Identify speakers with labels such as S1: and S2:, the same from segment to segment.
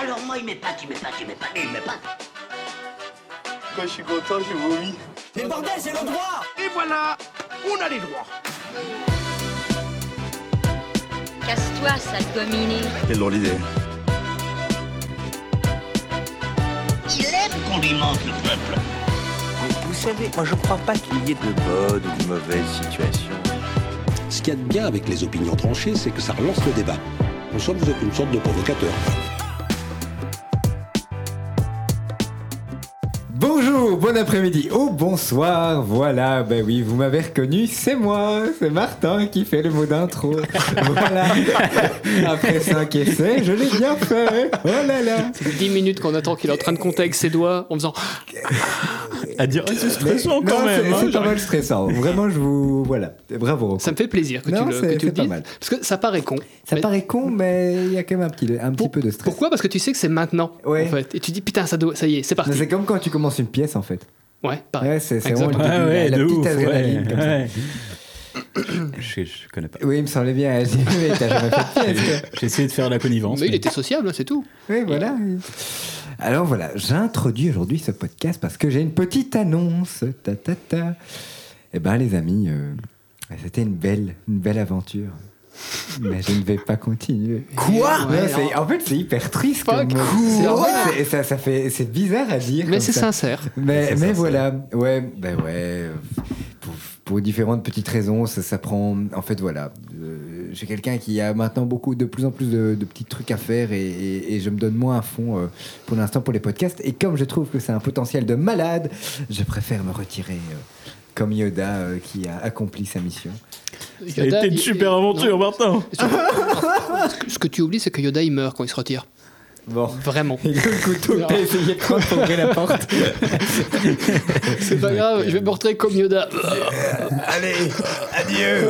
S1: Alors moi, il m'épate, il m'épate, il m'épate, il m'épate.
S2: Quand je suis content, je vomis.
S3: Mais bordel, j'ai le droit
S4: Et voilà, on a les droits.
S5: Casse-toi, sale dominé.
S6: Quelle drôle d'idée.
S1: Il aime qu'on alimente le peuple.
S6: Vous savez, moi je crois pas qu'il y ait de bonnes ou de mauvaises situations.
S7: Ce qu'il y a de bien avec les opinions tranchées, c'est que ça relance le débat. Nous sommes une sorte de provocateur.
S8: Bonjour, bon après-midi, oh bonsoir, voilà, ben oui, vous m'avez reconnu, c'est moi, c'est Martin qui fait le mot d'intro. voilà, après 5 essais, je l'ai bien fait, oh là là.
S9: Ça fait 10 minutes qu'on attend qu'il est en train de compter avec ses doigts en faisant
S10: À dire, Ah, c'est stressant quand
S8: Non, c'est-
S10: même. hein,
S8: C'est pas
S10: j'aurais-
S8: mal stressant, vraiment, je vous. Voilà, bravo.
S9: ça me fait plaisir que
S8: Non,
S9: tu le, que tu
S8: c'est-
S9: le
S8: c'est pas
S9: dises.
S8: mal.
S9: Parce que ça paraît con.
S8: Ça
S9: mais
S8: paraît con, mais il y a quand même un petit, un petit
S9: pour-
S8: peu de stress.
S9: Pourquoi Parce que tu sais que c'est maintenant.
S8: Ouais.
S9: En fait. Et tu dis putain, ça, doit- ça y est, c'est
S8: Mais
S9: parti.
S8: C'est comme quand tu commences une pièce en fait.
S9: Ouais, pareil.
S8: Ouais, c'est c'est
S9: Exactement.
S8: vraiment le début,
S10: Ouais, ouais,
S8: la,
S10: de
S8: la petite
S10: ouf.
S8: adrénaline
S10: ouais,
S8: comme ça.
S10: ouais. je, je connais pas.
S8: Oui, il me semblait bien. J'ai dit, mais t'as jamais fait de pièce. quoi.
S10: J'ai essayé de faire la connivence.
S9: Mais il
S10: mais-
S9: était sociable, hein, c'est tout.
S8: Oui, voilà. Alors voilà, j'introduis aujourd'hui ce podcast parce que j'ai une petite annonce. Ta, ta, ta. Eh ben les amis, euh, c'était une belle, une belle aventure. Mais je ne vais pas continuer.
S9: Quoi
S8: Ouais,
S9: Ouais, hein.
S8: c'est- en fait, c'est hyper triste.
S9: Fuck.
S8: comme mot.
S9: Cool.
S8: C'est- en fait, c'est- ça, ça fait, c'est bizarre à dire.
S9: Mais
S8: comme
S9: c'est
S8: ça.
S9: sincère.
S8: Mais,
S10: C'est
S8: mais
S10: ça,
S8: voilà, ouais, ben ouais, euh, pour, pour différentes petites raisons, ça, ça prend. En fait, voilà, euh, j'ai quelqu'un qui a maintenant beaucoup, de plus en plus de, de petits trucs à faire et, et- et je me donne moins à fond euh, pour l'instant pour les podcasts. Et comme je trouve que c'est un potentiel de malade, je préfère me retirer euh, comme Yoda euh, qui a accompli sa mission.
S10: Ça a été une super aventure, Martin.
S9: Ce que- Ce que tu oublies, c'est que Yoda il meurt quand il se retire.
S8: Bon.
S9: Vraiment.
S8: Et le couteau que t'as essayé de prendre pour ouvrir la porte.
S9: C'est pas grave, je vais me retirer comme Yoda.
S8: Allez, adieu.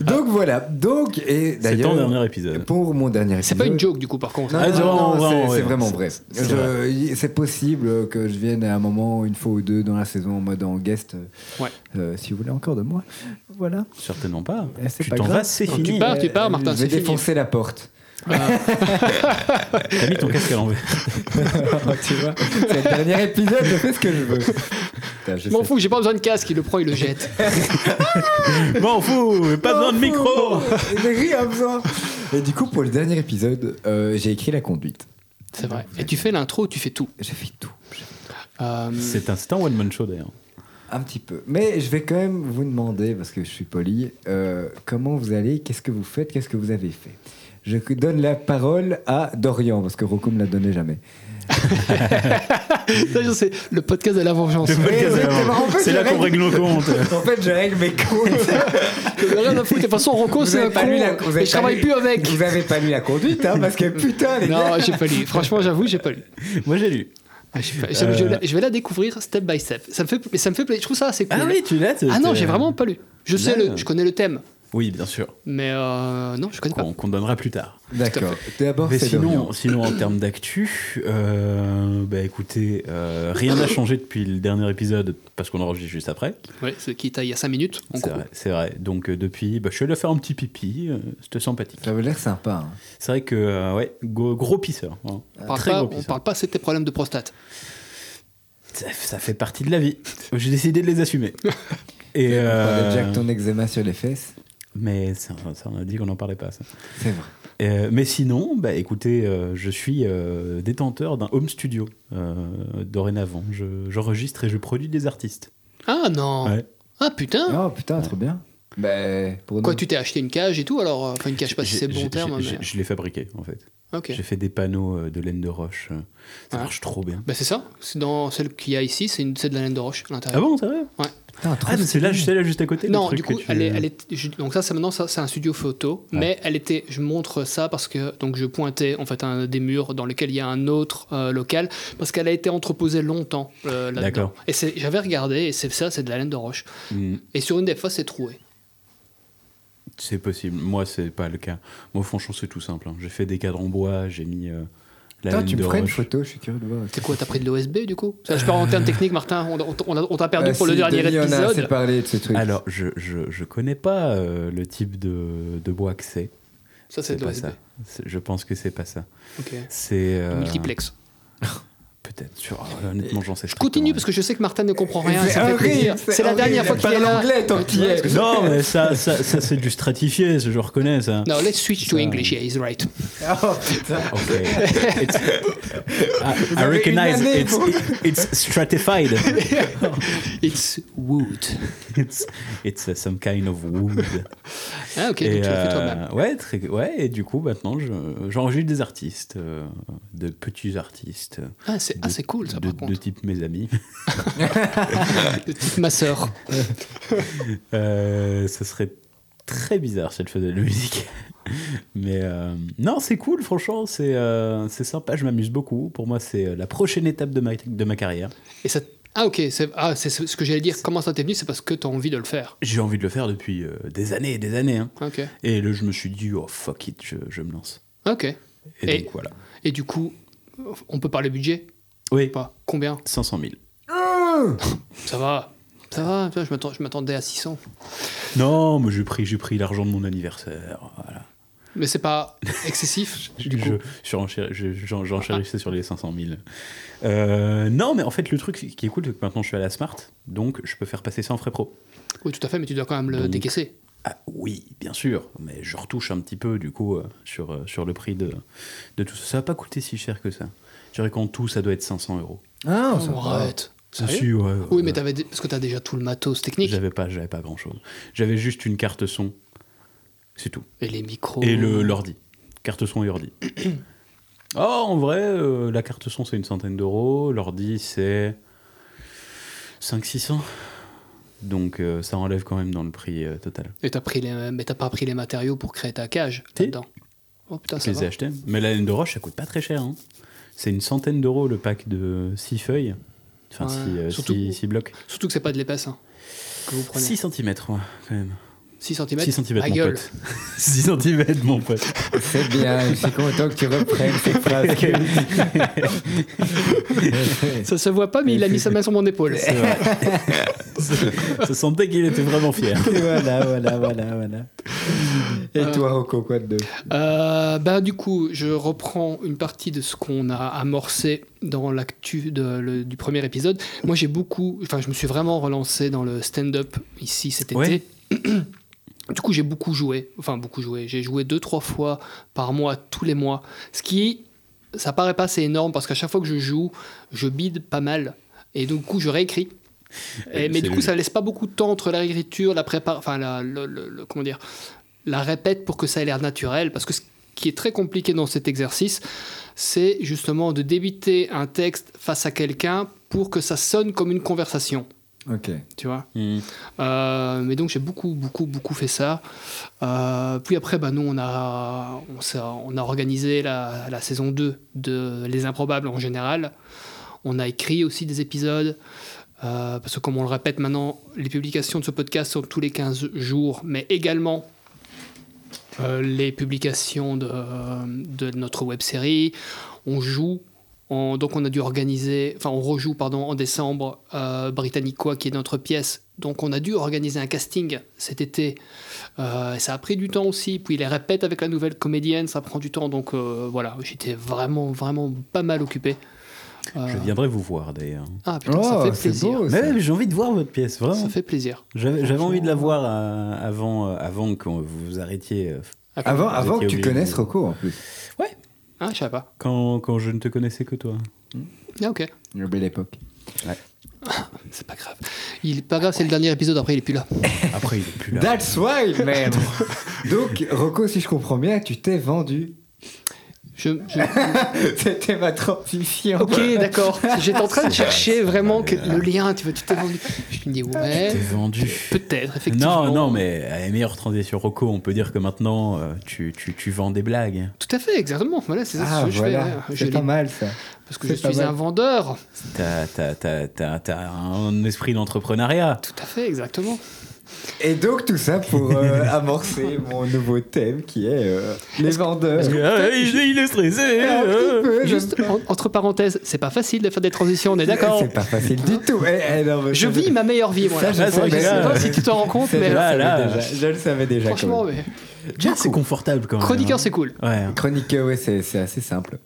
S8: Donc voilà, donc et
S10: C'est
S8: d'ailleurs.
S10: ton dernier épisode.
S8: Pour mon dernier épisode.
S9: C'est pas une joke du coup, par contre.
S8: Non,
S10: Ah,
S8: non,
S10: c'est
S8: non, non,
S10: vraiment vrai,
S8: c'est-
S10: ouais.
S8: c'est vraiment vrai.
S10: C'est
S8: Je- y- C'est possible que je vienne à un moment, une fois ou deux dans la saison, en mode en guest. euh,
S9: Ouais.
S8: euh, si vous voulez encore de moi. Voilà.
S10: Certainement pas.
S8: Eh, c'est
S10: Tu
S8: pas
S10: t'en
S8: grave.
S10: vas, c'est
S9: Non,
S10: fini.
S9: tu pars. Ah,
S8: Euh,
S9: Martin,
S8: Je
S9: c'est
S8: vais
S9: fini.
S8: défoncer la porte.
S10: T'as mis ton casque à l'envers.
S8: tu vois, c'est le dernier épisode, je fais ce que je veux. Putain, je
S9: Je m'en
S8: sais-
S9: fous, j'ai pas besoin de casque, il le prend, il le jette.
S10: M'en fous, pas besoin de micro.
S8: Mais rien besoin. Et du coup, pour le dernier épisode, euh, j'ai écrit la conduite.
S9: C'est vrai. Et tu fais l'intro, tu fais tout.
S8: J'ai fait tout. j'ai fait
S9: Euh,
S10: C'est un, c'est un one-man show d'ailleurs.
S8: Un petit peu. Mais je vais quand même vous demander, parce que je suis poli, euh, comment vous allez, qu'est-ce que vous faites, qu'est-ce que vous avez fait. Je donne la parole à Dorian, parce que Rocco ne la donnait jamais.
S9: D'ailleurs, c'est le podcast de la vengeance.
S8: Oui, exactement. En fait,
S10: C'est
S8: je
S10: là qu'on
S8: règle-
S10: règle nos comptes.
S8: En fait, je règle mes comptes.
S9: Il a rien à foutre. De toute façon, Rocco,
S8: Vous
S9: c'est
S8: avez
S9: un
S8: pas
S9: con.
S8: lu la-
S9: et
S8: vous avez
S9: je
S8: pas
S9: travaille
S8: lu-
S9: plus avec.
S8: Vous avez pas lu la conduite, hein, parce que putain, les gars.
S9: Non, j'ai pas lu. Franchement, j'avoue, j'ai pas lu. Ah,
S10: Moi j'ai lu.
S9: J'ai pas- je, je la- je vais la découvrir step by step. Ça me fait, mais ça me fait plaisir. Je trouve ça assez cool.
S10: Ah oui, tu l'as. t'es-
S9: Ah non,
S10: t'es-
S9: j'ai vraiment pas lu. Je sais
S10: Là.
S9: le, je connais le thème,
S10: Oui, bien sûr.
S9: mais euh, non, je connais pas.
S10: Qu'on qu'on donnera plus tard.
S8: D'accord. D'abord,
S10: Mais
S8: c'est Dorian.
S10: sinon, sinon, en termes d'actu, euh, bah écoutez, euh, rien n'a changé depuis le dernier épisode parce qu'on enregistre juste après.
S9: Ouais, c'est qui t'a il y a 5 minutes. en
S10: C'est
S9: gros.
S10: vrai, c'est vrai. Donc euh, depuis, bah, je suis allé faire un petit pipi. euh, C'était sympathique.
S8: Ça avait l'air sympa. hein.
S10: C'est vrai que euh, ouais, go- gros pisseur. hein.
S9: On parle
S10: Très
S9: pas,
S10: gros
S9: on
S10: pisseur.
S9: parle pas, c'est tes problèmes de prostate.
S10: Ça, ça fait partie de la vie. J'ai décidé de les assumer. Et
S8: On parlait
S10: euh,
S8: déjà que ton eczéma sur les fesses,
S10: mais ça, ça, on a dit qu'on n'en parlait pas. Ça.
S8: c'est vrai.
S10: Euh, mais sinon, bah, écoutez, euh, je suis euh, détenteur d'un home studio euh, dorénavant. Je- J'enregistre et je produis des artistes.
S9: Ah non.
S10: Ouais.
S9: Ah putain.
S8: Oh putain, trop bien. Ben, pour
S9: Quoi,
S8: nous.
S9: tu t'es acheté une cage et tout alors euh, Enfin, une cage, je sais pas si
S10: J'ai-
S9: c'est le
S10: j'ai-
S9: bon terme.
S10: j'ai-
S9: mais-
S10: j'ai- Je l'ai fabriqué en fait.
S9: Ok.
S10: J'ai fait des panneaux euh, de laine de roche. euh, Ça
S9: Ah.
S10: marche trop bien.
S9: Bah c'est ça, c'est dans celle qu'il y a ici, c'est une- c'est de la laine de roche à l'intérieur.
S10: Ah bon, c'est vrai
S9: Ouais.
S8: Putain, trop
S10: Ah, mais c'est là,
S8: stylé.
S10: c'est là juste à côté. le
S9: Non,
S10: truc
S9: du coup,
S10: que tu-
S9: elle est, elle est- je- donc ça, c'est maintenant, ça, c'est un studio photo, mais elle était, je montre ça parce que, donc je pointais en fait un des murs dans lequel il y a un autre euh, local, parce qu'elle a été entreposée longtemps euh, là-dedans.
S10: D'accord.
S9: Et c'est- j'avais regardé, et c'est ça, c'est de la laine de roche.
S10: Mm,
S9: Et sur une des fois, c'est troué.
S10: C'est possible. Moi, c'est pas le cas. Moi, franchement, c'est tout simple. hein. J'ai fait des cadres en bois, j'ai mis euh, la
S8: Putain,
S10: laine
S8: tu me
S10: de
S8: ferais une
S10: roche.
S8: photo, je suis curieux de voir.
S9: C'est quoi, t'as pris de l'OSB du coup Ça, Je parle en termes techniques, Martin, on, on- on a- on t'a perdu
S8: Ah,
S9: pour
S8: si,
S9: le dernier
S8: Denis, on a assez
S9: épisode.
S8: parlé de ce truc.
S10: Alors, je, je, je connais pas euh, le type de, de bois que c'est.
S9: Ça, c'est
S10: C'est
S9: de
S10: pas
S9: l'OSB.
S10: ça. C'est- Je pense que c'est pas ça.
S9: Ok.
S10: C'est. euh,
S9: Multiplex.
S10: Peut-être. Sur... euh, Honnêtement, j'en sais hein.
S9: Continue parce que je sais que Martin ne comprend rien. Ah, ça
S10: Ah
S9: fait
S8: horrible,
S9: plaisir. C'est la
S8: horrible.
S9: dernière fois qu'il est
S8: Parle
S9: là.
S8: anglais, tant
S9: Tu vois
S8: pis.
S9: ce que je-
S10: Non, mais ça, ça, ça, c'est du stratifié, ça, je reconnais ça.
S9: No, let's switch to English. Yeah, he's right.
S10: Ok. It's- I, I
S8: avez
S10: recognize
S8: une année
S10: it's,
S8: pour-
S10: it's stratified.
S9: It's wood.
S10: It's, it's uh, some kind of wood.
S9: Ah, ok,
S10: Et,
S9: donc tu l'as fait
S10: euh,
S9: toi-même.
S10: ouais, très- ouais, et du coup, maintenant, je- j'enregistre des artistes, euh, de petits artistes.
S9: Ah, c'est ah, c'est cool ça,
S10: de,
S9: par
S10: de
S9: contre.
S10: type mes amis.
S9: De type ma sœur.
S10: Euh, ça serait très bizarre si elle faisait de la musique. Mais euh, non, c'est cool, franchement, c'est euh, c'est sympa, je m'amuse beaucoup. Pour moi, c'est euh, la prochaine étape de ma, de ma carrière.
S9: Et ça. Ah, ok, c'est ah, c'est ce ce que j'allais dire. Comment ça t'est venu C'est parce que t'as envie de le faire.
S10: J'ai envie de le faire depuis euh, des années et des années. hein.
S9: Ok.
S10: Et là, je me suis dit, oh fuck it, je, je me lance.
S9: Ok.
S10: Et,
S9: Et-
S10: donc voilà.
S9: Et du coup, on peut parler budget
S10: Oui.
S9: ou pas Combien
S10: 500 000.
S9: Ça va. Ça va, tu vois, je m'attends- je m'attendais à 600.
S10: Non, mais j'ai pris, j'ai pris l'argent de mon anniversaire. Voilà.
S9: Mais c'est pas excessif, du coup.
S10: Je- surenchéri- je- j'en- J'enchérissais sur les 500 000. Euh, non, mais en fait, le truc qui est cool, c'est que maintenant je suis à la Smart, donc je peux faire passer ça en frais pro.
S9: Oui, tout à fait, mais tu dois quand même le
S10: Donc-
S9: décaisser.
S10: Ah, oui, bien sûr, mais je retouche un petit peu du coup euh, sur, euh, sur le prix de, de tout ça. Ça va pas coûter si cher que ça. Je dirais qu'en tout, ça doit être 500 euros.
S8: Ah,
S9: Oh,
S8: ça va.
S9: arrête. Sérieux
S10: Si, ouais, ouais,
S9: Oui, mais
S10: ouais.
S9: t'avais dé- parce que t'as déjà tout le matos technique
S10: Euh, J'avais pas, j'avais pas grand chose. J'avais juste une carte son, c'est tout.
S9: et les micros.
S10: Et le l'ordi. Carte son et ordi. oh, en vrai, euh, la carte son, c'est une centaine d'euros. L'ordi, c'est 5-600. Donc, euh, ça enlève quand même dans le prix euh, total.
S9: Et t'as pris les, mais t'as pas pris les matériaux pour créer ta cage
S10: Si.
S9: dedans. Oh putain,
S10: Je
S9: ça
S10: les ai
S9: va.
S10: achetés. Mais la laine de roche, ça coûte pas très cher. hein. C'est une centaine d'euros le pack de 6 feuilles. Enfin,
S9: Ouais,
S10: 6
S9: surtout-
S10: blocs.
S9: Surtout que c'est pas de l'épaisse hein, que vous prenez.
S10: 6 cm, quand même.
S9: 6 cm.
S10: 6 cm,
S9: à
S10: mon
S9: gueule.
S10: pote. 6 cm, mon pote.
S8: C'est bien, je suis content que tu reprennes cette phrase. que-
S9: Ça se voit pas, mais il a mis sa main sur mon épaule.
S10: C'est vrai. ça sentait qu'il était vraiment fier.
S8: voilà, voilà, voilà, voilà. Et toi, Rocco, quoi de deux
S9: Euh, bah, du coup, je reprends une partie de ce qu'on a amorcé dans l'actu de- le- du premier épisode. Moi, j'ai beaucoup, enfin, je me suis vraiment relancé dans le stand-up ici cet été.
S10: Ouais.
S9: Du coup, j'ai beaucoup joué, enfin beaucoup joué. J'ai joué deux, trois fois par mois, tous les mois. Ce qui, ça paraît pas assez énorme parce qu'à chaque fois que je joue, je bide pas mal. Et du coup, je réécris. Et- mais
S10: C'est
S9: du coup,
S10: le-
S9: ça laisse pas beaucoup de temps entre la réécriture, la prépa, enfin, la, le- le- le- comment dire, la répète pour que ça ait l'air naturel. Parce que ce qui est très compliqué dans cet exercice, c'est justement de débiter un texte face à quelqu'un pour que ça sonne comme une conversation.
S8: Ok.
S9: Tu vois
S10: Hmm.
S9: euh, mais donc j'ai beaucoup, beaucoup, beaucoup fait ça. Euh, puis après, bah, nous, on a, on, s'est- on a organisé la, la saison 2 de Les Improbables en général. On a écrit aussi des épisodes. euh, parce que comme on le répète maintenant, les publications de ce podcast sont tous les 15 jours, mais également euh, les publications de, euh, de notre web-série. On joue on- donc on a dû organiser, enfin on rejoue pardon en décembre euh, Britannicois qui est notre pièce. Donc on a dû organiser un casting cet été. Euh, ça a pris du temps aussi. Puis les répètes avec la nouvelle comédienne, ça prend du temps. Donc euh, voilà, j'étais vraiment vraiment pas mal occupé. Euh,
S10: Je viendrai vous voir d'ailleurs.
S9: Ah putain,
S8: Oh,
S9: ça fait plaisir.
S10: Mais j'ai envie de voir votre pièce,
S9: Ça
S10: vraiment.
S9: fait plaisir.
S10: J'avais j'avais envie de la voir euh, avant, euh, avant que vous vous arrêtiez. euh,
S9: Ah,
S8: Avant,
S10: Vous
S8: avant que tu
S10: étiez obligé.
S8: connaisses Rocco, en plus.
S9: Ah, je savais pas.
S10: Quand, quand je ne te connaissais que toi.
S9: Ah ok,
S8: Une belle époque.
S9: c'est pas grave. Il est pas grave, c'est le dernier épisode. Après, il est plus là.
S10: Après, il est plus là.
S8: That's
S9: Ah.
S8: why, man Donc, Rocco, si je comprends bien, tu t'es vendu.
S9: Je, je-
S8: C'était ma transition.
S9: Ok, d'accord. J'étais en train de chercher vraiment que le lien. Tu vois, tu t'es vendu. Je me dis ouais.
S10: T'es vendu.
S9: Peut-être, effectivement.
S10: Non, non, mais à la meilleure transition Rocco, on peut dire que maintenant, euh, tu, tu, tu vends des blagues.
S9: Tout à fait, exactement. Voilà, c'est ça
S8: Ah,
S9: ce que je fais.
S8: voilà.
S9: ouais. Je
S8: C'est pas
S9: l'ai-
S8: mal, ça.
S9: Parce que je
S8: c'est pas
S9: suis
S8: mal.
S9: un vendeur.
S10: T'as t'as- t'as- t'as- t'as un esprit d'entrepreneuriat.
S9: Tout à fait, exactement.
S8: Et donc, tout ça pour euh, amorcer mon nouveau thème qui est euh, les vendeurs.
S10: Ah, il, il est stressé. euh.
S8: Un petit peu, je-
S9: Euh, Juste en- entre parenthèses, c'est pas facile de faire des transitions, on est d'accord
S8: C'est pas facile du tout. Eh, eh, non, mais
S9: Je
S8: ça,
S9: vis ma meilleure vie, moi.
S8: Ça,
S9: là.
S8: je
S10: Ah, c'est
S8: savais
S10: vrai que
S9: Je sais
S10: là,
S9: pas si tu t'en rends compte,
S8: Ça, je
S9: mais
S8: le
S10: là,
S8: savais déjà. Je le savais déjà.
S9: franchement,
S8: quand même.
S9: mais
S10: Déjà, c'est confortable quand même.
S9: Chroniqueur,
S10: hein.
S9: c'est cool.
S10: Ouais.
S8: Chronique, euh, ouais, c'est c'est assez simple.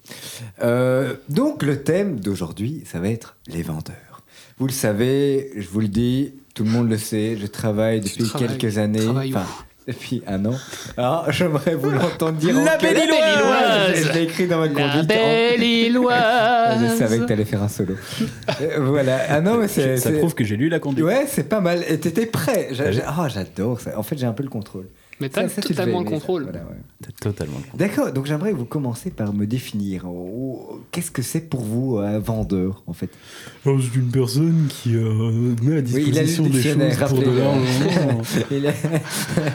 S8: Euh, donc, le thème d'aujourd'hui, ça va être les vendeurs. Vous le savez, je vous le dis, tout le monde le sait, je travaille
S9: Tu
S8: depuis
S9: travailles-
S8: quelques années.
S9: travailles où
S8: Enfin, depuis un an. Alors, j'aimerais vous l'entendre dire. en
S9: La
S8: quel-
S9: belle Illoise.
S8: Je l'ai écrit dans ma
S9: La
S8: conduite.
S9: belle
S8: en- Je
S9: Illoise.
S8: savais que t'allais faire un solo. Euh, voilà. Ah non, mais c'est.
S10: Ça
S8: c'est-
S10: prouve que j'ai lu la conduite.
S8: Ouais, c'est pas mal. Et t'étais prêt. J'a- j'a- Oh, j'adore ça. En fait, j'ai un peu le contrôle.
S9: Mais t'as
S8: Ça, ça, tu
S9: totalement le
S8: devais aimer ça.
S9: contrôle.
S8: Voilà, ouais.
S10: T'as totalement le contrôle.
S8: D'accord, donc j'aimerais que vous commenciez par me définir. Oh, Qu'est-ce que c'est pour vous un vendeur, en fait
S10: Oh, c'est une personne qui euh, met à disposition
S8: le
S10: des
S8: dictionnaire,
S10: choses pour de
S8: rappelez-le.
S10: l'argent.
S8: Il a-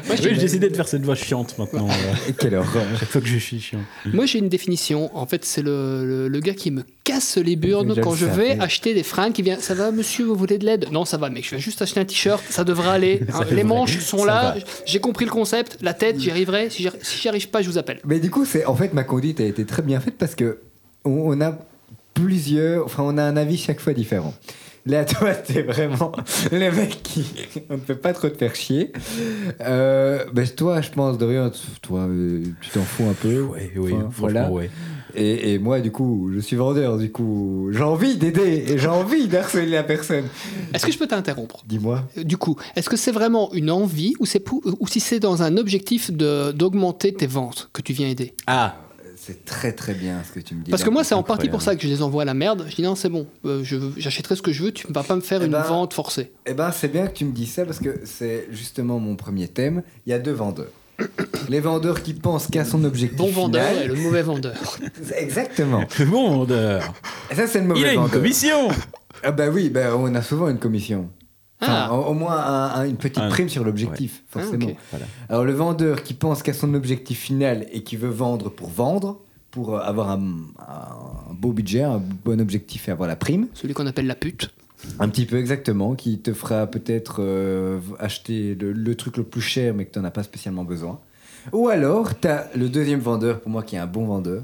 S9: Moi, j'ai
S10: Oui,
S9: une-
S10: j'ai décidé de faire cette voix chiante maintenant. euh,
S8: Et Quelle horreur
S10: Chaque fois que je suis chiant.
S9: Moi, j'ai une définition. En fait, c'est le, le- le gars qui me casse les burnes
S8: Je le
S9: quand je
S8: savais.
S9: vais acheter des fringues. Qui vient, ça va, monsieur, vous voulez de l'aide Non, ça va, mec. Je viens juste acheter un t-shirt. Ça devrait aller. hein. les manches sont
S8: Ça
S9: là.
S8: va.
S9: J'ai compris le concept. La tête, j'y arriverai. Si j'y si j'y arrive pas, je vous appelle.
S8: Mais du coup, c'est en fait ma conduite a été très bien faite parce que on, on a plusieurs, enfin on a un avis chaque fois différent. Là, toi, t'es vraiment le mec qui on ne peut pas trop te faire chier. Euh, ben, toi, je pense Dorian, t- toi, euh, tu t'en fous un peu.
S10: Ouais, ouais,
S8: Enfin,
S10: franchement, ouais.
S8: Et, et moi, du coup, je suis vendeur. Du coup, j'ai envie d'aider et j'ai envie d'harceler la personne.
S9: Est-ce que je peux t'interrompre
S8: Dis-moi.
S9: Du coup, est-ce que c'est vraiment une envie ou, c'est pou- ou si c'est dans un objectif de- d'augmenter tes ventes que tu viens aider
S10: Ah,
S8: C'est très très bien ce que tu me dis.
S9: Parce que moi, c'est en
S10: incroyable.
S9: partie pour ça que je les envoie à la merde. Je dis non, c'est bon, euh, je veux- j'achèterai ce que je veux, tu ne vas pas me faire
S8: Eh
S9: une
S8: ben,
S9: vente forcée.
S8: Eh ben, c'est bien que tu me dis ça parce que c'est justement mon premier thème. Il y a deux vendeurs. Les vendeurs qui pensent qu'à son objectif.
S9: Bon vendeur et
S8: final.
S9: le mauvais vendeur.
S8: Exactement.
S10: le bon vendeur.
S8: Et ça, c'est le mauvais
S10: Il a une
S8: vendeur.
S10: commission.
S8: Ah, bah oui, bah, on a souvent une commission. Enfin,
S9: Ah.
S8: au, au moins un- un- une petite
S10: Un-
S8: prime sur l'objectif,
S9: Ah,
S8: forcément.
S9: ok.
S10: Voilà.
S8: Alors, le vendeur qui pense qu'à son objectif final et qui veut vendre pour vendre, pour euh, avoir un, un beau budget, un bon objectif et avoir la prime,
S9: Celui qu'on appelle la pute.
S8: Un petit peu exactement, qui te fera peut-être euh, acheter le, le truc le plus cher mais que tu n'en as pas spécialement besoin. Ou alors, tu as le deuxième vendeur, pour moi qui est un bon vendeur,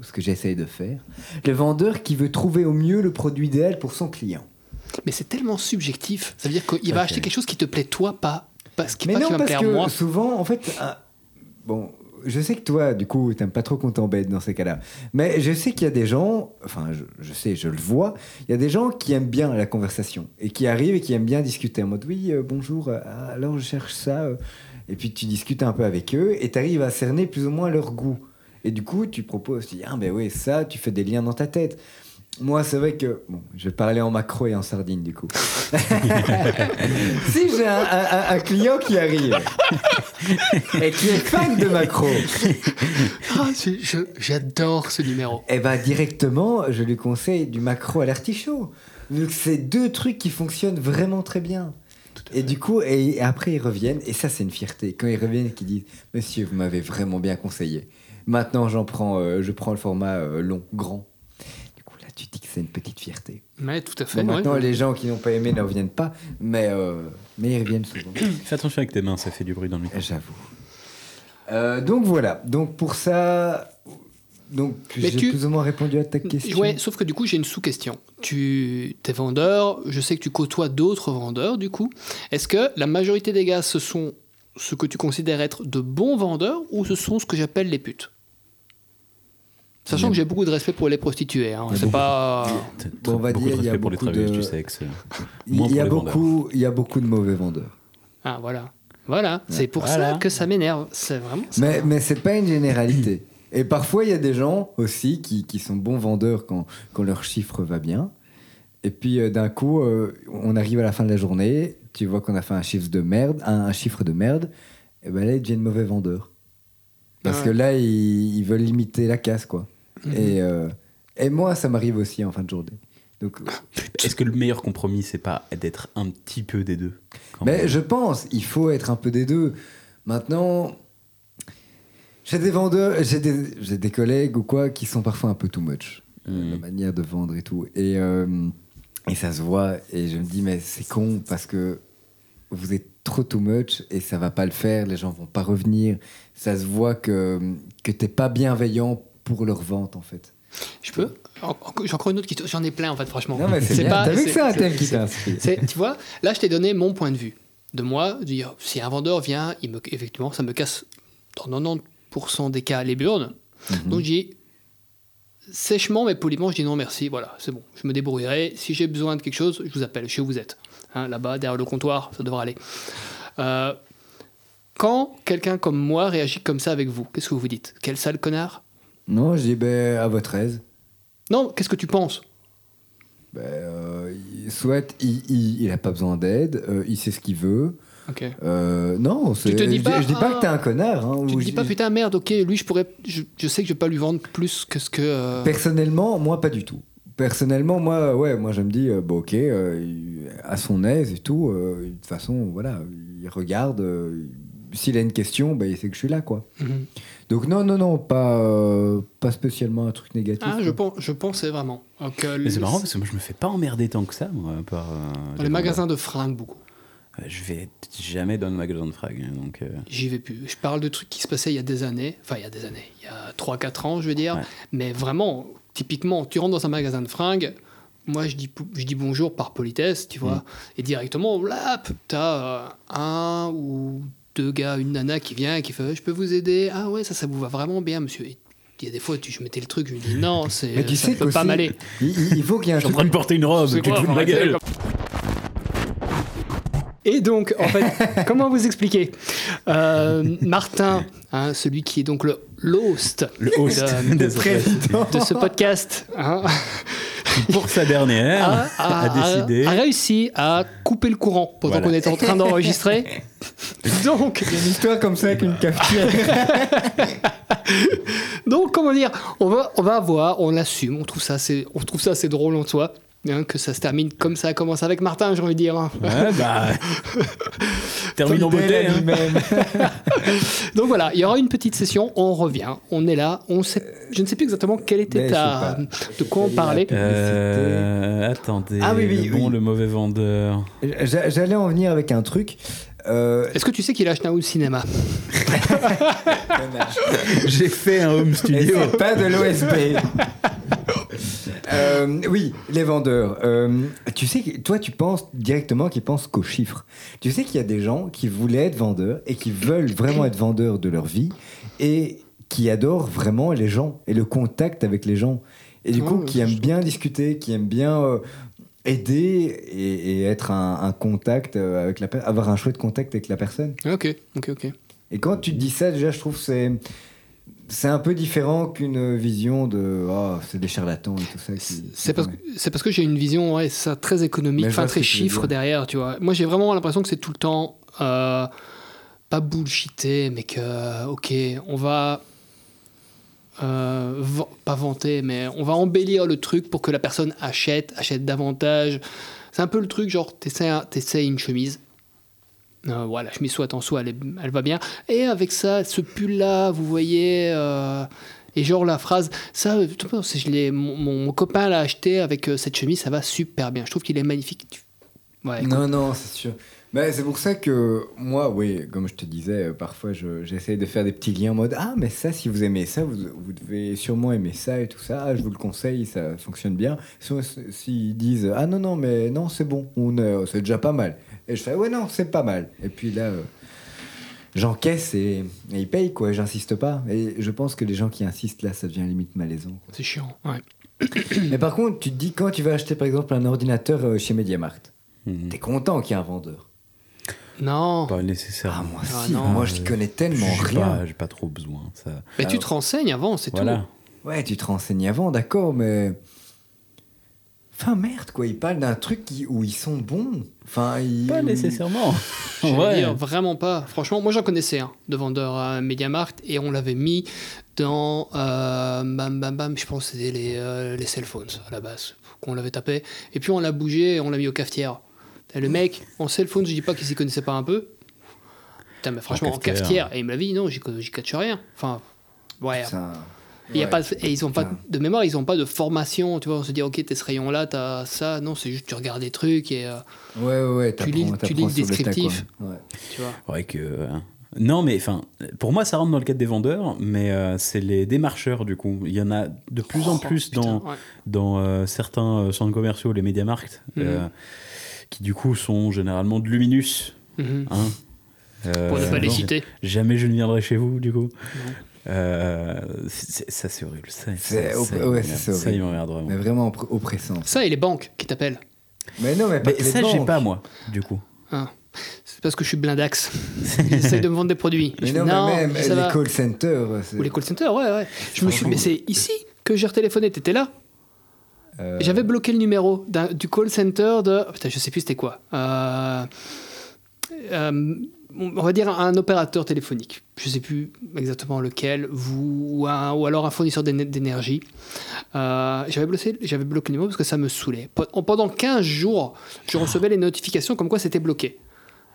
S8: ce que j'essaye de faire, le vendeur qui veut trouver au mieux le produit idéal pour son client.
S9: Mais c'est tellement subjectif. Ça veut dire qu'il va
S10: Ok.
S9: acheter quelque chose qui te plaît toi, pas, pas ce qui,
S8: mais
S9: pas qui
S8: non,
S9: va me
S8: parce
S9: plaire
S8: que
S9: moi.
S8: souvent, en fait, un- bon, je sais que toi, du coup, t'aimes pas trop qu'on t'embête dans ces cas-là. Mais je sais qu'il y a des gens, enfin, je, je sais, je le vois, il y a des gens qui aiment bien la conversation et qui arrivent et qui aiment bien discuter en mode oui, euh, bonjour, euh, ah, alors je cherche ça. euh. et puis tu discutes un peu avec eux et t'arrives à cerner plus ou moins leur goût. Et du coup, tu proposes, tu dis ah ben oui, ça, tu fais des liens dans ta tête. Moi, c'est vrai que. Bon, je vais parler en macro et en sardine, du coup. si j'ai un, un- un- un client qui arrive et qui est fan de macro,
S9: Ah, c'est- je- J'adore ce numéro.
S8: eh ben directement, je lui conseille du macro à l'artichaut. Donc, c'est deux trucs qui fonctionnent vraiment très bien. Et du coup, et, et après, ils reviennent, et ça, c'est une fierté. Quand ils reviennent et qu'ils disent Monsieur, vous m'avez vraiment bien conseillé. Maintenant, j'en prends, euh, je prends le format euh, long, grand. Du coup, là, tu dis que c'est une petite fierté.
S9: Mais tout à fait.
S8: Bon,
S9: ouais.
S8: maintenant, les gens qui n'ont pas aimé ne reviennent pas, mais, euh, mais ils reviennent souvent.
S10: Fais attention avec tes mains, ça fait du bruit dans le micro.
S8: Eh, J'avoue. Euh, donc voilà. Donc pour ça, donc
S9: Mais
S8: j'ai
S9: tu-
S8: plus ou moins répondu à ta question.
S9: Ouais, sauf que du coup, j'ai une sous-question. Tu es vendeur, je sais que tu côtoies d'autres vendeurs, du coup. Est-ce que la majorité des gars, ce sont ce que tu considères être de bons vendeurs ou ce sont ce que j'appelle les putes Sachant que j'ai beaucoup de respect pour les prostituées. hein. C'est pas.
S10: T'as-
S8: Bon,
S10: t'as
S8: on va
S10: beaucoup
S8: dire,
S10: de
S8: il y a
S10: respect pour les
S8: beaucoup de-
S10: travailleuses du sexe.
S8: il,
S10: Moins
S8: il y a
S10: pour les
S8: beaucoup, il y a beaucoup de mauvais vendeurs.
S9: Ah, voilà. Voilà. C'est pour
S10: Voilà.
S9: ça que ça m'énerve. C'est vraiment. ça.
S8: Mais mais c'est pas une généralité. Et parfois, il y a des gens aussi qui, qui sont bons vendeurs quand, quand leur chiffre va bien. Et puis euh, d'un coup, euh, on arrive à la fin de la journée, tu vois qu'on a fait un chiffre de merde, un, un chiffre de merde, et ben là, ils deviennent mauvais vendeurs. Parce
S9: Ah Ouais. Mhm.
S8: que là, ils, ils veulent limiter la casse, quoi. Et, euh, et moi, ça m'arrive aussi en fin de journée. Donc,
S10: Est-ce que le meilleur compromis, c'est pas d'être un petit peu des deux quand
S8: Mais
S10: même
S8: je pense, il faut être un peu des deux. Maintenant, j'ai des vendeurs, j'ai des, j'ai des collègues ou quoi qui sont parfois un peu too much. euh,
S10: Mhm.
S8: La manière de vendre et tout. Et, euh, et ça se voit. Et je me dis, mais c'est con parce que vous êtes trop too much et ça va pas le faire. Les gens vont pas revenir. Ça se voit que, que t'es pas bienveillant pour leur vente en fait.
S9: Je peux En- en- J'ai encore une autre question. J'en ai plein, en fait, franchement.
S8: Non, mais c'est bien.
S9: pas-
S8: T'as vu que
S9: c'est-
S8: c'est un
S9: c'est-
S8: thème qui
S9: c'est-
S8: t'a inscrit.
S9: C'est- tu vois, oh, là, je t'ai donné mon point de vue. De moi, de dire, si un vendeur vient, il me, effectivement, ça me casse dans 90% des cas les burnes. Donc j'ai sèchement mais poliment, je dis non merci, voilà, c'est bon, je me débrouillerai. Si j'ai besoin de quelque chose, je vous appelle, je sais où vous êtes. Hein, Là-bas, derrière le comptoir, ça devra aller. Euh, quand quelqu'un comme moi réagit comme ça avec vous, qu'est-ce que vous vous dites Quel sale connard
S8: Non, je dis ben, à votre aise.
S9: Non, qu'est-ce que tu penses
S8: Ben, euh, il- soit il, il, il a pas besoin d'aide, euh, il sait ce qu'il veut.
S9: Ok.
S8: Euh, non, c'est-
S9: te dis
S8: je,
S9: pas,
S8: je dis pas
S9: ah,
S8: que t'es un connard. hein,
S9: Tu
S8: ou
S9: te dis
S8: je-
S9: pas putain merde, ok, lui je pourrais, je, je sais que je vais pas lui vendre plus que ce que. euh,
S8: Personnellement, moi, pas du tout. Personnellement, moi, ouais, moi, je me dis, euh, bah, ok, euh, il- à son aise et tout. euh, de toute façon, voilà, il regarde. euh, S'il a une question, bah, il sait que je suis là, quoi.
S9: Mhm.
S8: Donc non, non, non, pas, euh, pas spécialement un truc négatif.
S9: Ah, je
S8: quoi.
S9: pense, je pensais vraiment. Donc, euh,
S10: Mais c'est
S9: les-
S10: marrant parce que moi je me fais pas emmerder tant que ça moi par euh,
S9: Dans les magasins de fringues beaucoup.
S10: vendeurs. Euh, Je vais jamais dans le magasin de frags hein, donc euh,
S9: J'y vais plus. Je parle de trucs qui se passaient il y a des années, enfin il y a des années, il y a 3-4 ans, je veux dire.
S10: Ouais.
S9: Mais vraiment, typiquement, tu rentres dans un magasin de fringues, moi je dis, pou- je dis bonjour par politesse, tu vois,
S10: Mm.
S9: et directement, là, p- t'as euh, un ou deux gars, une nana qui vient et qui fait Je peux vous aider Ah ouais, ça, ça vous va vraiment bien, monsieur. Et il y a des fois, tu, je mettais le truc, je me dis Non, c'est,
S8: Mais tu
S9: ça
S8: sais
S9: ne peut
S8: qu'aussi,
S9: pas m'aler.
S8: Il, il- il faut qu'il y ait un
S10: je suis en
S8: truc.
S10: train de porter une robe tu te fous de ma gueule
S9: Et donc, en fait, comment vous expliquer Euh, Martin, hein, celui qui est donc le l'host
S10: le host
S9: de,
S10: des
S9: de ce podcast, hein,
S10: pour sa dernière
S9: a,
S10: a,
S9: a-
S10: décidé
S9: a- a réussi à couper le courant pendant
S10: Voilà.
S9: qu'on était en train d'enregistrer. donc,
S8: Il y a une histoire comme ça avec une cafetière.
S9: donc, comment dire On va, on va voir, on l'assume, on trouve ça assez, on trouve ça assez drôle en soi. hein, que ça se termine comme ça commence avec Martin, j'ai envie de dire. hein.
S10: Ouais, bah, termine en beauté hein.
S9: Donc voilà, il y aura une petite session, on revient, on est là, on sait, je ne sais plus exactement quelle était
S8: Mais je
S9: ta,
S8: sais
S9: de quoi on parlait.
S10: Euh, attendez
S8: Ah oui, oui,
S10: le bon
S8: oui.
S10: le mauvais vendeur
S8: J'a- J'allais en venir avec un truc. Euh,
S9: Est-ce que tu sais qu'il a acheté un au cinéma
S10: j'ai fait un home
S8: Et
S10: studio
S8: c'est pas de l'OSB. Euh, oui, les vendeurs. Euh, tu sais, que- toi, tu penses directement qu'ils pensent qu'aux chiffres. Tu sais qu'il y a des gens qui voulaient être vendeurs et qui veulent vraiment être vendeurs de leur vie et qui adorent vraiment les gens et le contact avec les gens. Et du
S9: Ah,
S8: coup,
S9: ouais,
S8: qui aiment bien discuter, qui aiment bien euh, aider et, et être un, un contact euh, avec la per- avoir un chouette contact avec la personne.
S9: Ok, ok, ok.
S8: Et quand tu te dis ça, déjà, je trouve que c'est c'est un peu différent qu'une vision de ah c'est des charlatans et tout ça. qui-
S9: C'est parce, que- c'est parce que j'ai une vision, ouais, c'est ça, très économique,
S8: Mais je
S9: enfin
S8: vois ce
S9: très
S8: que tu veux
S9: chiffre
S8: dire.
S9: derrière, tu vois. Moi j'ai vraiment l'impression que c'est tout le temps euh, pas bullshité, mais que, euh, ok, on va. euh, van- pas vanter, mais on va embellir le truc pour que la personne achète, achète davantage. C'est un peu le truc, genre, t'essaies un- t'essaies une chemise. Euh, voilà, la chemise soit en soi, elle, est- elle va bien. Et avec ça, ce pull-là, vous voyez. euh, et genre la phrase, ça, euh, tout le monde, c'est- je l'ai- mon, mon- mon copain l'a acheté avec euh, cette chemise, ça va super bien. Je trouve qu'il est magnifique. Tu- Ouais, écoute,
S8: Non, non, c'est sûr. Mais c'est pour ça que moi, oui, comme je te disais, euh, parfois je- j'essaye de faire des petits liens en mode Ah, mais ça, si vous aimez ça, vous, vous devez sûrement aimer ça et tout ça. Ah, je vous le conseille, ça fonctionne bien. Sinon, s- S'ils disent Ah, non, non, mais non, c'est bon, on est- c'est déjà pas mal. Et je fais Ouais, non, c'est pas mal. Et puis là, euh, j'encaisse et, et ils payent, quoi, j'insiste pas. Et je pense que les gens qui insistent là, ça devient limite malaisant. quoi.
S9: c'est chiant. Ouais.
S8: Mais par contre, tu te dis quand tu vas acheter par exemple un ordinateur euh, chez MediaMarkt,
S10: Mhm.
S8: t'es content qu'il y ait un vendeur.
S9: Non.
S10: pas
S8: Ah,
S10: nécessairement
S8: moi
S9: Ah,
S8: si,
S9: non.
S8: moi je connais
S9: Ah,
S8: tellement
S10: J'ai
S8: rien.
S10: pas- j'ai pas trop besoin ça
S9: Mais tu te renseignes avant, c'est
S10: voilà
S8: Ouais, tu te renseignes avant, d'accord, mais. Enfin, merde, quoi, ils parlent d'un truc qui- où ils sont bons. Enfin, ils.
S10: pas nécessairement
S9: tout. Je veux
S10: Ouais.
S9: dire, vraiment pas. Franchement, moi j'en connaissais un de vendeur à MediaMarkt et on l'avait mis dans euh, bam bam bam. Je pense que c'était les, euh, les cell phones à la base qu'on l'avait tapé. Et puis on l'a bougé et on l'a mis aux cafetières. Et le mec en cell phone, je dis pas qu'il s'y connaissait pas un peu. Putain, mais franchement, en
S10: cafetière.
S9: cafetière. et il me l'a dit, non, j'y j'y catch rien. Enfin, ouais.
S8: Putain.
S9: Et, y a
S8: Ouais.
S9: pas de- et ils ont pas
S8: Putain.
S9: de mémoire, ils ont pas de formation. Tu vois, on se dit, ok, t'es ce rayon-là, t'as ça. Non, c'est juste tu regardes des trucs et euh,
S8: Ouais, ouais, ouais, t'apprends-
S9: lis le- tu
S8: t'apprends
S9: lis le
S8: sur tas, quoi.
S9: descriptif.
S8: Ouais.
S9: tu vois.
S10: Ouais que euh, non mais enfin pour moi ça rentre dans le cadre des vendeurs mais euh, c'est les démarcheurs du coup il y en a de plus en
S9: Oh,
S10: plus
S9: putain,
S10: dans
S9: ouais.
S10: dans euh, certains euh, centres commerciaux les
S9: Mhm.
S10: MediaMarkt euh, qui du coup sont généralement de Luminus
S9: Mhm.
S10: hein. Euh,
S9: Pour ne pas les
S10: non,
S9: citer.
S10: Jamais je ne viendrai chez vous, du coup. Euh, c'est- c'est- ça, c'est horrible. Ça,
S8: C'est-
S10: ça, ça,
S8: ouais,
S10: il m'emmerde.
S8: ça, c'est
S10: Ça, il
S8: horrible.
S10: m'emmerde vraiment.
S8: Mais vraiment opp- oppressant.
S9: Ça et les banques qui t'appellent.
S8: Mais non, mais, pas
S10: Mais
S8: que les
S10: Bah, ça, j'ai
S8: banques.
S10: pas, moi, du coup.
S9: Ah, c'est parce que je suis blindax. J'essaie de me vendre des produits.
S8: Mais
S9: Je
S8: non,
S9: fais,
S8: mais même
S9: ça
S8: les
S9: va.
S8: call centers. c'est-
S9: Ou les call centers, ouais, ouais. Je me suis mais c'est ici que j'ai retéléphoné, t'étais là
S8: euh,
S9: J'avais bloqué le numéro d'un- du call center de. oh, putain, je sais plus c'était quoi. Euh, euh, on va dire un opérateur téléphonique. Je sais plus exactement lequel, vous, ou, un- ou alors un fournisseur d'éne- d'énergie. Euh, j'avais bloqué, j'avais bloqué le numéro parce que ça me saoulait. Pe- en- Pendant 15 jours, je recevais les notifications comme quoi c'était bloqué.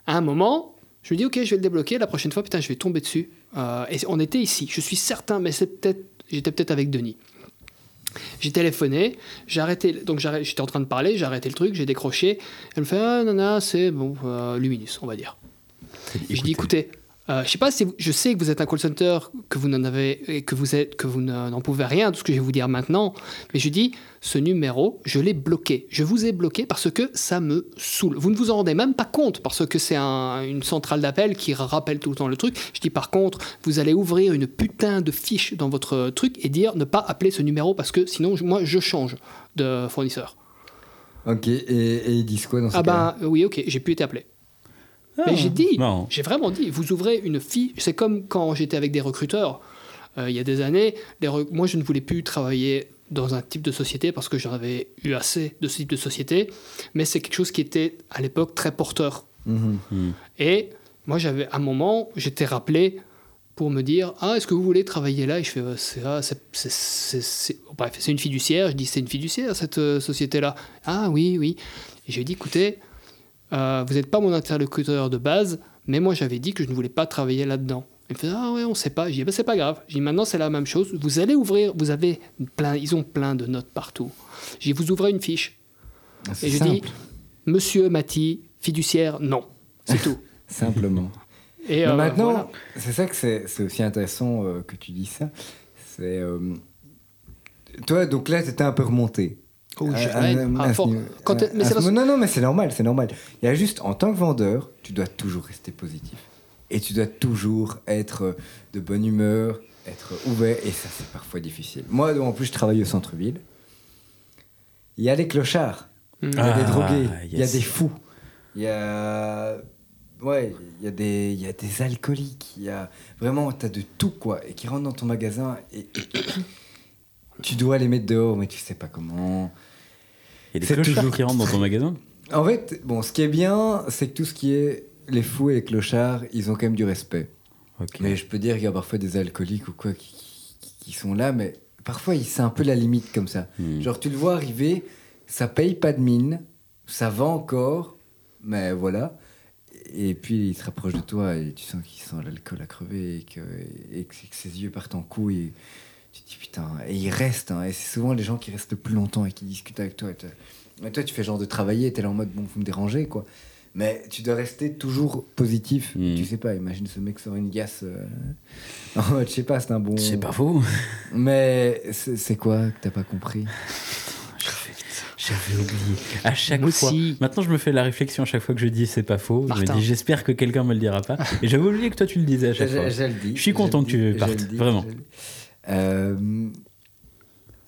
S9: À un moment, je me dis, ok, je vais le débloquer. La prochaine fois, putain, je vais tomber dessus. Euh, et on était ici. Je suis certain, mais c'est peut-être, j'étais peut-être avec Denis. J'ai téléphoné, j'ai arrêté, donc j'arrête- j'étais en train de parler, j'ai arrêté le truc, j'ai décroché. Elle me fait Ah, nana, c'est bon, euh, Luminus, on va dire. Et Je dis Écoutez, euh, je sais pas si vous- je sais que vous êtes un call center, que vous n'en avez, et que vous êtes, que vous ne- n'en pouvez rien de ce que je vais vous dire maintenant, mais je dis Ce numéro, je l'ai bloqué. Je vous ai bloqué parce que ça me saoule. Vous ne vous en rendez même pas compte parce que c'est un- une centrale d'appel qui rappelle tout le temps le truc. Je dis Par contre, vous allez ouvrir une putain de fiche dans votre truc et dire Ne pas appeler ce numéro parce que sinon, je- moi, je change de fournisseur.
S8: Ok, et, et ils disent quoi dans ce
S9: Ah
S8: cas
S9: ben oui, ok, j'ai pu été appelé. Mais j'ai dit,
S10: marrant.
S9: j'ai vraiment dit, vous ouvrez une fiche. C'est comme quand j'étais avec des recruteurs euh, il y a des années. les rec- Moi, je ne voulais plus travailler dans un type de société parce que j'en avais eu assez de ce type de société. Mais c'est quelque chose qui était à l'époque très porteur.
S8: Mhm.
S9: Et moi, j'avais un moment, j'étais rappelé pour me dire Ah, est-ce que vous voulez travailler là Et je fais Ah, c'est, ah, c'est, c'est- c'est- c'est- oh, Bref, c'est une fiduciaire. Je dis C'est une fiduciaire, cette euh, société-là. Ah, oui, oui. Et j'ai dit Écoutez, euh, vous n'êtes pas mon interlocuteur de base, mais moi, j'avais dit que je ne voulais pas travailler là-dedans. Il me fait Ah, ouais, on ne sait pas. Je dis Bah, C'est pas grave. Je dis Maintenant, c'est la même chose. Vous allez ouvrir, vous avez plein, ils ont plein de notes partout. Je dis Vous ouvrez une fiche.
S8: Ah, c'est
S9: Et je dis
S8: simple,
S9: Monsieur Mati, fiduciaire, non. C'est tout.
S8: Simplement.
S9: Et
S8: Mais
S9: euh,
S8: maintenant,
S9: voilà.
S8: c'est ça que c'est c'est aussi intéressant euh, que tu dis ça. C'est. euh, Toi, donc là, t'étais un peu remonté.
S9: Oh,
S8: À-
S9: je-
S10: euh,
S8: à-
S9: ouais,
S8: à
S9: ah,
S8: ce
S9: fort.
S8: niveau-
S9: Quand
S8: à-
S9: t'es- mais
S8: à
S9: c'est
S8: ce
S9: parce-
S8: niveau- Non, non, mais c'est normal, c'est normal. Il y a juste, en tant que vendeur, tu dois toujours rester positif. Et tu dois toujours être euh, de bonne humeur, être ouvert. Et ça, c'est parfois difficile. Moi, en plus, je travaille au centre-ville. Il y a les clochards, il y a des
S10: Ah,
S8: drogués, il y a
S10: yes.
S8: des fous, il y a. Ouais, il y, a des- il y a des alcooliques, il y a. Vraiment, t'as de tout, quoi. Et qui rentrent dans ton magasin et. Tu dois les mettre dehors, mais tu sais pas comment.
S10: Il y a des
S8: C'est
S10: clochards
S8: toujours
S10: qui rentrent dans ton
S8: très-
S10: magasin.
S8: En fait, bon, ce qui est bien, c'est que tout ce qui est les fous et les clochards, ils ont quand même du respect.
S10: Ok.
S8: Mais je peux dire qu'il y a parfois des alcooliques ou quoi qui, qui- qui sont là, mais parfois, ils- c'est un peu la limite comme ça.
S10: Hmm.
S8: Genre, tu le vois arriver, ça paye pas de mine, ça va encore, mais voilà. Et puis, il se rapproche de toi et tu sens qu'il sent l'alcool à crever et que, et que- que ses yeux partent en couille. Et tu te dis putain, et il reste. hein. et c'est souvent les gens qui restent le plus longtemps et qui discutent avec toi. Et, t'as- et toi, tu fais genre de travailler, t'es là en mode bon, vous me dérangez quoi. Mais tu dois rester toujours positif.
S10: Mhm.
S8: Tu sais pas, imagine ce mec sur une gasse. euh, en mode, je sais pas, c'est un bon.
S10: C'est pas faux.
S8: Mais c'est c'est quoi que t'as pas compris
S10: J'avais oublié. À chaque
S9: Moi
S10: fois.
S9: aussi.
S10: Maintenant, je me fais la réflexion à chaque fois que je dis c'est pas faux. Je
S9: Martin.
S10: me dis j'espère que quelqu'un me le dira pas. Et j'avais oublié que toi tu le disais à chaque fois.
S8: Je, je le dis.
S10: Je suis
S8: le
S10: content que tu
S8: dis, je
S10: partes,
S8: le dis,
S10: vraiment.
S8: je le dis. Euh,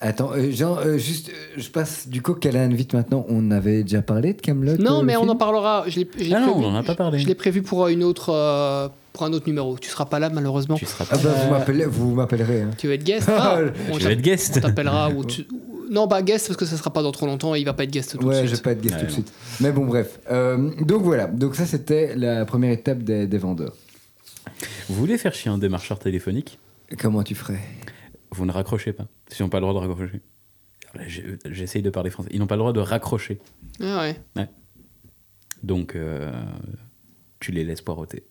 S8: attends, euh, Jean, euh, juste, euh, je passe du coq à l'âne vite maintenant. On avait déjà parlé de Camelot. euh,
S9: Non, mais on en parlera. Je l'ai, je l'ai
S10: Ah non,
S9: prévu,
S10: on en a pas parlé.
S9: Je l'ai prévu pour euh, une autre, euh, pour un autre numéro. Tu seras pas là malheureusement.
S10: Tu seras
S8: Ah
S10: pas.
S8: bah, vous
S9: Euh,
S8: m'appelez- vous m'appellerez. hein.
S9: Tu vas être guest. Ah, on
S10: Je
S9: t'a-
S10: vais être guest.
S9: on t'appellera ou tu- ou- Non, bah guest parce que ça sera pas dans trop longtemps. Et il va pas être guest tout
S8: Ouais,
S9: de
S8: je vais
S9: suite.
S8: pas être guest
S10: Ouais,
S8: tout de
S10: non.
S8: suite. Mais bon, bref. Euh, donc voilà. Donc ça, c'était la première étape des, des vendeurs.
S10: Vous voulez faire chier un démarcheur téléphonique
S8: Comment tu ferais
S10: Vous ne raccrochez pas. Ils n'ont pas le droit de raccrocher. Là, j'ai- euh, J'essaye de parler français. Ils n'ont pas le droit de raccrocher.
S9: Ah ouais.
S10: Donc, euh, tu les laisses poireauter.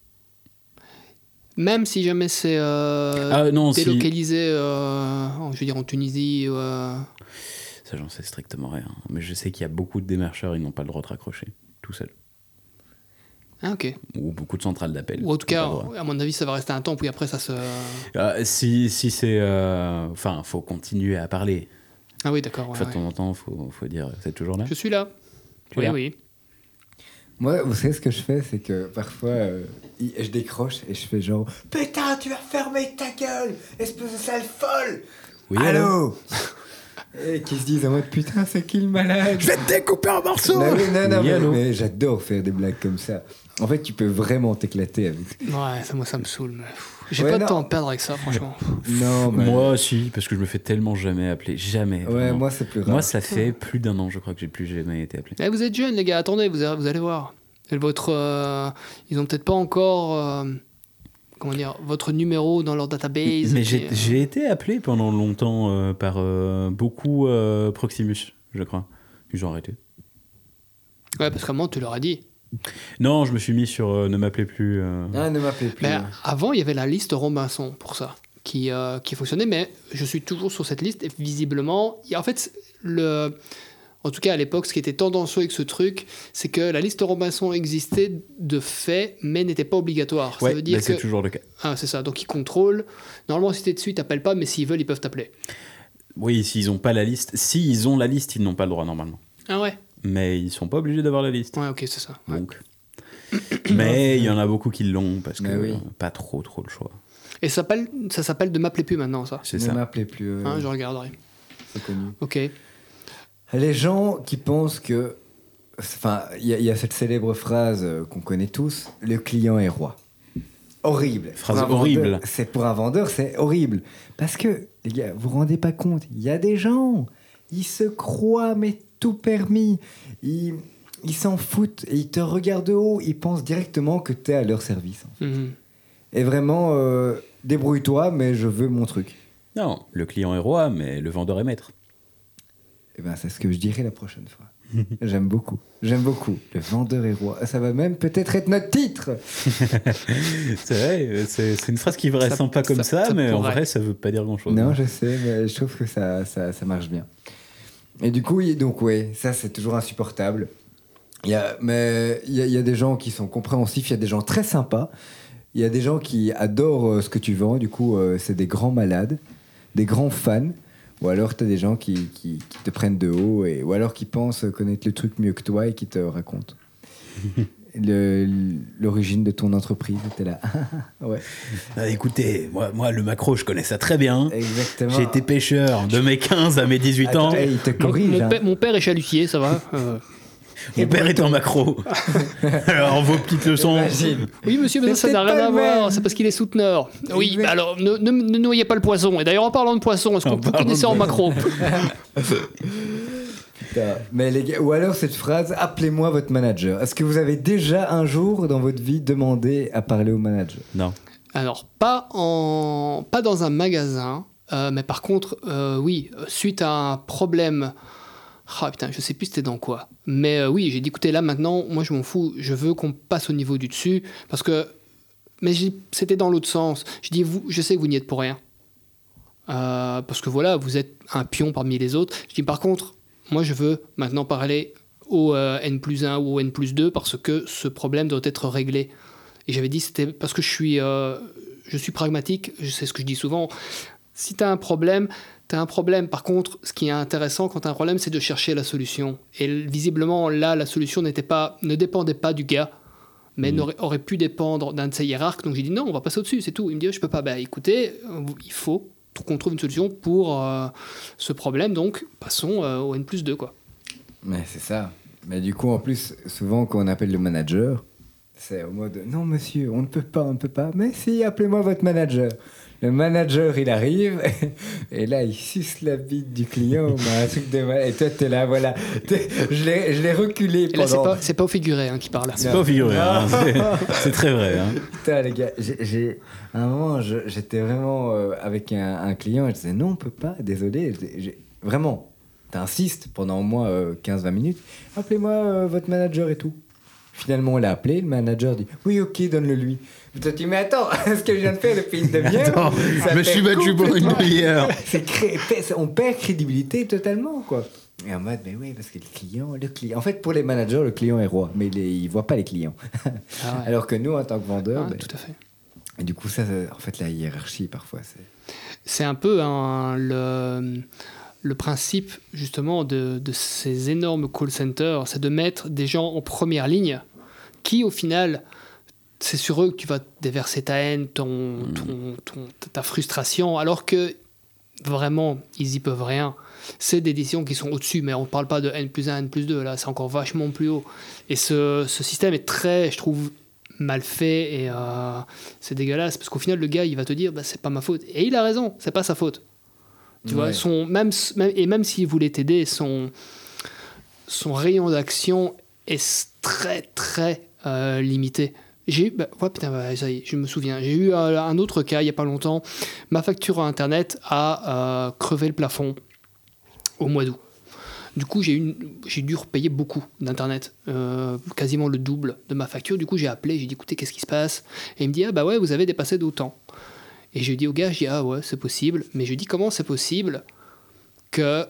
S9: Même si jamais c'est euh,
S10: ah non, si.
S9: délocalisé, euh, en- je veux dire en Tunisie. ou, euh,
S10: Ça, j'en sais strictement rien. Mais je sais qu'il y a beaucoup de démarcheurs, ils n'ont pas le droit de raccrocher tout seul.
S9: Ah ok.
S10: Ou beaucoup de centrales d'appel.
S9: Ou en tout
S10: Ils n'ont
S9: cas,
S10: pas le droit.
S9: à mon avis, ça va rester un temps. Puis après, ça se.
S10: Ah, si, si c'est. euh, Enfin, faut continuer à parler.
S9: Ah oui, d'accord.
S10: En
S9: ouais,
S10: fait, de
S9: ouais.
S10: temps en temps, faut, faut dire, c'est toujours là.
S9: Je suis là.
S10: Tu es
S9: Oui,
S10: là
S9: oui.
S8: Moi, vous savez ce que je fais, c'est que parfois, euh, il- je décroche et je fais genre Putain, tu vas fermer ta gueule, espèce de sale folle
S10: Oui,
S8: Allô Et qui se disent en mode Putain, c'est qui le malade
S10: Je vais te découper en morceaux
S8: Non, mais- non, non,
S10: Oui,
S8: mais,
S10: allô
S8: mais j'adore faire des blagues comme ça. En fait, tu peux vraiment t'éclater avec.
S9: Ouais, ça, moi ça me saoule. mais pff, J'ai
S8: Ouais,
S9: pas de
S8: non.
S9: temps à perdre avec ça, franchement.
S8: Non, mais.
S10: Moi, si, parce que je me fais tellement jamais appeler. Jamais.
S8: ouais,
S10: vraiment.
S8: moi, c'est plus rare.
S10: Moi, ça fait plus d'un an, je crois, que j'ai plus jamais été appelé.
S9: Eh, vous êtes jeunes, les gars, attendez, vous, allez- vous allez voir. Et votre, euh, ils ont peut-être pas encore euh, comment dire, votre numéro dans leur database. et-
S10: Mais
S9: euh,
S10: j'ai j'ai été appelé pendant longtemps euh, par euh, beaucoup euh, Proximus, je crois. Ils ont arrêté.
S9: Ouais, parce qu'à un moment, tu leur as dit.
S10: Non, je me suis mis sur euh, ne m'appelez plus. euh,
S8: Ah, ne m'appelez plus.
S9: Mais Ben, avant, il y avait la liste Robinson pour ça, qui, euh, qui fonctionnait, mais je suis toujours sur cette liste, et visiblement, il y a- en fait, c'est- le, en tout cas à l'époque, ce qui était tendancieux avec ce truc, c'est que la liste Robinson existait de fait, mais n'était pas obligatoire.
S10: Ouais,
S9: ça veut dire
S10: bah,
S9: que...
S10: c'est toujours le cas.
S9: Ah, c'est ça, donc ils contrôlent. Normalement, si t'es dessus, ils t'appellent pas, mais s'ils veulent, ils peuvent t'appeler.
S10: Oui, s'ils ont pas la liste, s'ils ont la liste, ils n'ont pas le droit normalement.
S9: Ah ouais
S10: Mais ils sont pas obligés d'avoir la liste.
S9: Ouais, ok, c'est ça. ouais.
S10: Donc. Mais il y en a beaucoup qui l'ont parce que
S8: Mais oui.
S10: euh, pas trop trop le choix.
S9: Et ça s'appelle- ça s'appelle de m'appeler plus maintenant, ça.
S10: C'est
S8: ne
S10: ça.
S8: m'appelez plus. euh,
S9: Hein, je regarderai.
S8: C'est connu.
S9: Ok.
S8: Les gens qui pensent que. Enfin, il y, a- il y a cette célèbre phrase euh, qu'on connaît tous le client est roi. Horrible.
S10: Phrase
S8: Pour un
S10: horrible.
S8: vendeur, C'est pour un vendeur, c'est horrible. Parce que, les gars, vous vous rendez pas compte, il y a des gens, ils se croient, mais tout permis. Ils. ils s'en foutent et ils te regardent de haut, ils pensent directement que tu es à leur service.
S9: Mhm.
S8: Et vraiment, euh, débrouille-toi, mais je veux mon truc.
S10: Non, le client est roi, mais le vendeur est maître.
S8: Eh ben, c'est ce que je dirai la prochaine fois. J'aime beaucoup. J'aime beaucoup. Le vendeur est roi. Ça va même peut-être être notre titre.
S10: C'est vrai, euh, c'est c'est une phrase qui paraît
S9: Ça-
S10: sympa comme ça,
S9: ça- ça
S10: mais en
S9: pourrait.
S10: vrai, ça veut pas dire grand chose.
S8: Non, je sais, mais je trouve que ça, ça, ça marche bien. Et du coup, il- donc, ouais, ça, c'est toujours insupportable. Il y a, mais il y, a- il y a des gens qui sont compréhensifs, il y a des gens très sympas, il y a des gens qui adorent euh, ce que tu vends, du coup, euh, c'est des grands malades, des grands fans, ou alors tu as des gens qui, qui- qui te prennent de haut, et, ou alors qui pensent connaître le truc mieux que toi et qui te racontent. Le- L'origine de ton entreprise, t'es là. ouais,
S10: Ah, écoutez, moi, moi, le macro, je connais ça très bien.
S8: exactement.
S10: J'ai été pêcheur de mes 15 à mes 18 ans.
S8: Attends, hey, il te
S9: Mon,
S8: corrige.
S9: mon
S8: hein.
S9: père- mon père est chalutier, ça va Euh,
S10: Mon père est en macro. Alors, vos petites leçons.
S8: Imagine.
S9: Oui, monsieur, mais
S8: C'est
S9: ça ça n'a
S8: peut-être
S9: rien
S8: pas
S9: à
S8: le même.
S9: voir. C'est parce qu'il est souteneur. Oui,
S8: Mais-
S9: bah alors ne, ne- ne noyez pas le poisson. Et d'ailleurs, en parlant de poisson, est-ce
S10: En
S9: que vous
S10: parlant
S9: connaissez
S10: de
S9: en macro
S8: Putain. Mais les gars, ou alors cette phrase, appelez-moi votre manager. Est-ce que vous avez déjà un jour dans votre vie demandé à parler au manager
S10: Non.
S9: Alors, pas, en, pas dans un magasin, euh, mais par contre, euh, oui, suite à un problème. Ah putain, je sais plus c'était dans quoi. Mais euh, oui, j'ai dit écoutez, là maintenant, moi je m'en fous, je veux qu'on passe au niveau du dessus. Parce que. Mais j'ai- c'était dans l'autre sens. Je dis vous, je sais que vous n'y êtes pour rien. Euh, parce que voilà, vous êtes un pion parmi les autres. Je dis par contre, moi je veux maintenant parler au euh, N plus 1 ou au N plus 2 parce que ce problème doit être réglé. Et j'avais dit, c'était parce que je suis, euh, je suis pragmatique, je sais ce que je dis souvent. Si tu as un problème, tu as un problème. Par contre, ce qui est intéressant quand tu as un problème, c'est de chercher la solution. Et l- visiblement, là, la solution n'était pas, ne dépendait pas du gars, mais
S10: Mhm.
S9: n'aurait- aurait pu dépendre d'un de ses hiérarques. Donc j'ai dit, non, on va passer au-dessus, c'est tout. Il me dit, je peux pas. Bah écoutez, euh, il faut tr- qu'on trouve une solution pour euh, ce problème. Donc passons euh, au N plus 2, quoi.
S8: Mais c'est ça. Mais du coup, en plus, souvent quand on appelle le manager, c'est au mode non monsieur, on ne peut pas, on ne peut pas. Mais si, appelez-moi votre manager. Le manager, il arrive et là, il suce la bite du client, mais un truc de mal. Et toi, t'es là, voilà. T'es- Je l'ai je l'ai reculé
S9: Et là, c'est
S8: pendant.
S9: pas, c'est pas au figuré hein, qui parle.
S10: C'est pas figuré. hein. C'est- C'est très vrai. hein.
S8: Putain, les gars, j'ai- j'ai. À un moment, je- j'étais vraiment euh, avec un, un client et je disais non, on peut pas, désolé. J'ai- j'ai- Vraiment, t'insistes pendant au moins euh, 15-20 minutes. Appelez-moi euh, votre manager et tout. Finalement, on l'a appelé, le manager dit oui, ok, donne-le lui. Toi, tu dis mais attends, ce que je viens de faire depuis une demi-heure.
S10: Attends,
S8: ça
S10: je me
S8: fait
S10: suis battu pour une
S8: complètement-
S10: demi-heure.
S8: c'est cré- c'est- on perd crédibilité totalement, quoi. Et en mode, mais oui, parce que le client, le client. En fait, pour les managers, le client est roi, mais les- ils voient pas les clients.
S9: Ah ouais.
S8: Alors que nous, en tant que vendeurs,
S9: Hein,
S8: ben,
S9: tout à fait.
S8: et du coup, ça, ça- en fait, la hiérarchie, parfois, c'est.
S9: C'est un peu hein, le, le principe justement de, de ces énormes call centers, c'est de mettre des gens en première ligne qui, au final, c'est sur eux que tu vas déverser ta haine, ton, ton- ton- ta frustration, alors que vraiment, ils y peuvent rien. C'est des décisions qui sont au-dessus, mais on ne parle pas de N plus 1, N plus 2, là, c'est encore vachement plus haut. Et ce, ce système est très, je trouve, mal fait et euh, c'est dégueulasse, parce qu'au final, le gars, il va te dire, bah, c'est pas ma faute. Et il a raison, c'est pas sa faute. Tu vois,
S8: Ouais.
S9: son, même, même- et même s'il voulait t'aider, son, son rayon d'action est s- très très euh, limité. J'ai eu, bah, ouais, putain, bah, ça y est, je me souviens. J'ai eu euh, un autre cas il y a pas longtemps. Ma facture à internet a euh, crevé le plafond au mois d'août. Du coup, j'ai eu une- j'ai dû repayer beaucoup d'internet, euh, quasiment le double de ma facture. Du coup, j'ai appelé, j'ai dit écoutez, qu'est-ce qui se passe Et il me dit ah bah ouais, vous avez dépassé d'autant. Et j'ai dit au gars, j'ai dit ah ouais, c'est possible. Mais je dis comment c'est possible que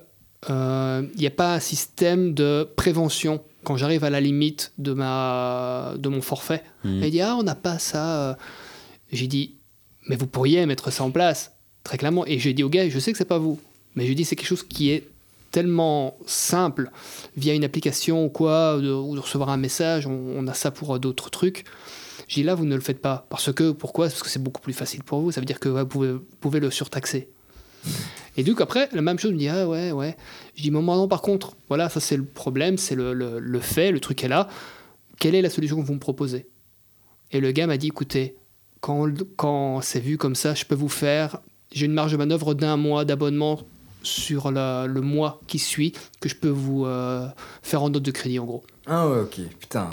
S9: il n'y a pas un système de prévention quand j'arrive à la limite de, ma, de mon forfait.
S10: Mm.
S9: Et il dit, ah, on n'a pas ça. euh. J'ai dit, mais vous pourriez mettre ça en place, très clairement. Et j'ai dit au gars, je sais que c'est pas vous, mais je dis, c'est quelque chose qui est tellement simple via une application ou quoi, de- ou de recevoir un message, on, on a ça pour euh, d'autres trucs. J'ai dit, là, vous ne le faites pas. Parce que, pourquoi Parce que c'est beaucoup plus facile pour vous. Ça veut dire que ouais, vous pouvez- vous pouvez le surtaxer. Et donc après, la même chose, il me dit ah ouais ouais. Je dis mais moi non par contre, voilà ça c'est le problème, c'est le, le- le fait, le truc est là. Quelle est la solution que vous me proposez Et le gars m'a dit écoutez, quand, quand c'est vu comme ça, je peux vous faire, j'ai une marge de manœuvre d'un mois d'abonnement sur la- le mois qui suit que je peux vous euh, faire en note de crédit en gros.
S8: Ah ouais, ok, putain.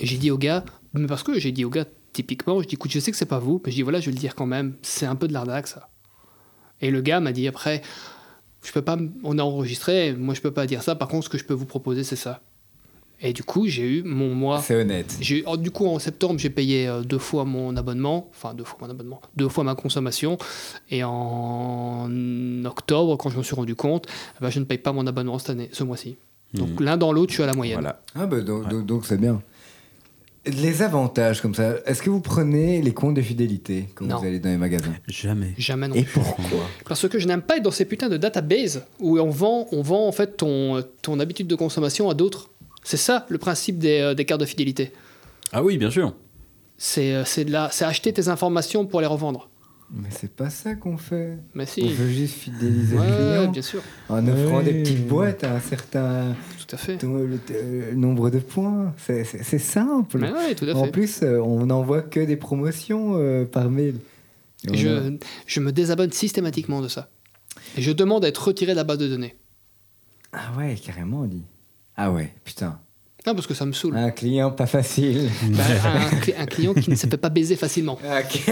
S9: Et j'ai dit au gars, mais parce que j'ai dit au gars, typiquement, je dis, écoute, je sais que c'est pas vous, mais je dis, voilà, je vais le dire quand même, c'est un peu de l'arnaque, ça. Et le gars m'a dit après, je peux pas, m- on a enregistré, moi je peux pas dire ça, par contre, ce que je peux vous proposer, c'est ça. Et du coup, j'ai eu mon mois.
S8: C'est honnête.
S9: J'ai eu- oh, du coup, en septembre, j'ai payé euh, deux fois mon abonnement, enfin deux fois mon abonnement, deux fois ma consommation. Et en octobre, quand je me suis rendu compte, eh ben, je ne paye pas mon abonnement cette année, ce mois-ci. Donc l'un dans l'autre, je suis à la moyenne.
S10: Voilà.
S8: Ah bah donc donc- donc c'est bien. Les avantages comme ça, est-ce que vous prenez les comptes de fidélité quand
S9: Non.
S8: vous allez dans les magasins
S10: Jamais.
S9: Jamais non
S8: Et pourquoi
S9: Parce que je n'aime pas être dans ces putains de databases où on vend, on vend en fait ton, ton habitude de consommation à d'autres. C'est ça le principe des, euh, des cartes de fidélité.
S10: Ah oui, bien sûr.
S9: C'est euh, c'est de la- c'est acheter tes informations pour les revendre.
S8: Mais c'est pas ça qu'on fait.
S9: Mais
S8: On
S9: si.
S8: veut juste fidéliser
S9: Ouais,
S8: le client
S9: bien sûr,
S8: en offrant
S10: Ouais.
S8: des petites boîtes à un certain
S9: tout à fait.
S8: euh, euh, nombre de points. C'est- C'est c'est simple.
S9: Mais ouais, tout à
S8: en
S9: fait.
S8: plus, euh, on n'envoie que des promotions euh, par mail. Et on a-
S9: Je, je me désabonne systématiquement de ça. Et je demande à être retiré de la base de données.
S8: Ah ouais, carrément, on dit. Ah ouais, putain.
S9: Non, parce que ça me saoule.
S8: Un client pas facile.
S9: Bah, un, cli- un client qui ne se fait pas baiser facilement.
S8: Ah, Ok.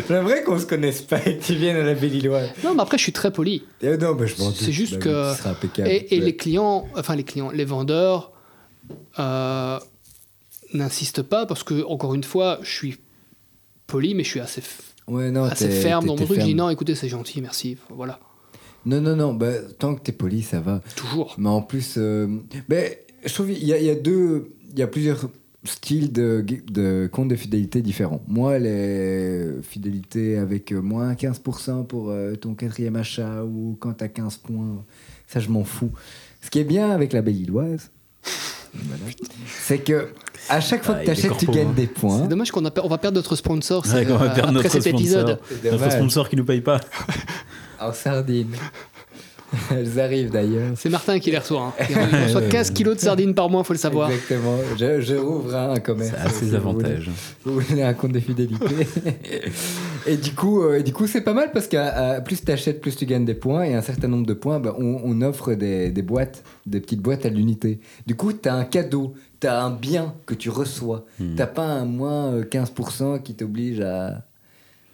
S8: J'aimerais qu'on se connaisse pas et que tu viennes à la Belle-Île-Ouest.
S9: Non, mais après, je suis très poli.
S8: Euh, non, bah, je m'en doute.
S9: C'est juste
S8: Bah,
S9: que-
S8: tu seras impeccable.
S9: Et, et
S8: Ouais.
S9: les clients, enfin les clients, les vendeurs euh, n'insistent pas parce que, encore une fois, je suis poli, mais je suis assez, f-
S8: Ouais,
S10: Oh,
S8: non,
S9: assez
S8: t'es-
S9: ferme
S8: t'es-
S9: dans mon
S8: t'es
S9: truc. Je dis
S8: ferme.
S9: non, écoutez, c'est gentil, merci. Voilà,
S8: Non, non, non. Bah, tant que t'es poli, ça va.
S9: toujours.
S8: Mais en plus, euh, ben, je trouve qu'il y, a- il y a deux, il y a plusieurs styles de, de comptes de fidélité différents. Moi, les fidélités avec euh, moins 15% pour euh, ton quatrième achat ou quand t'as 15 points, ça je m'en fous. Ce qui est bien avec la Belle-Îloise, voilà, c'est que à chaque fois
S10: Ah,
S8: que
S10: il est
S8: t'achètes, tu
S10: corpo,
S8: gagnes
S10: hein.
S8: des points.
S9: C'est dommage qu'on a per- on va perdre notre sponsor
S10: Ouais,
S9: c'est,
S10: qu'on
S9: euh,
S10: va perdre
S9: après
S10: notre
S9: cet épisode.
S10: sponsor.
S8: C'est
S10: Notre
S8: dommage.
S10: sponsor qui nous paye pas.
S8: En sardine. Elles arrivent d'ailleurs.
S9: C'est Martin qui les reçoit. hein. Il reçoit 15 kilos de sardines par mois, faut le savoir.
S8: Exactement. Je, je rouvre hein, un commerce.
S10: Ah, Ça a
S8: si
S10: ses
S8: vous voulez.
S10: avantages.
S8: Vous voulez un compte de fidélité. et du coup, euh, et du coup, c'est pas mal parce que euh, plus tu achètes, plus tu gagnes des points. Et un certain nombre de points, bah, on, on offre des, des boîtes, des petites boîtes à l'unité. Du coup, tu as un cadeau, tu as un bien que tu reçois. T'as pas un moins euh, 15% qui t'oblige à.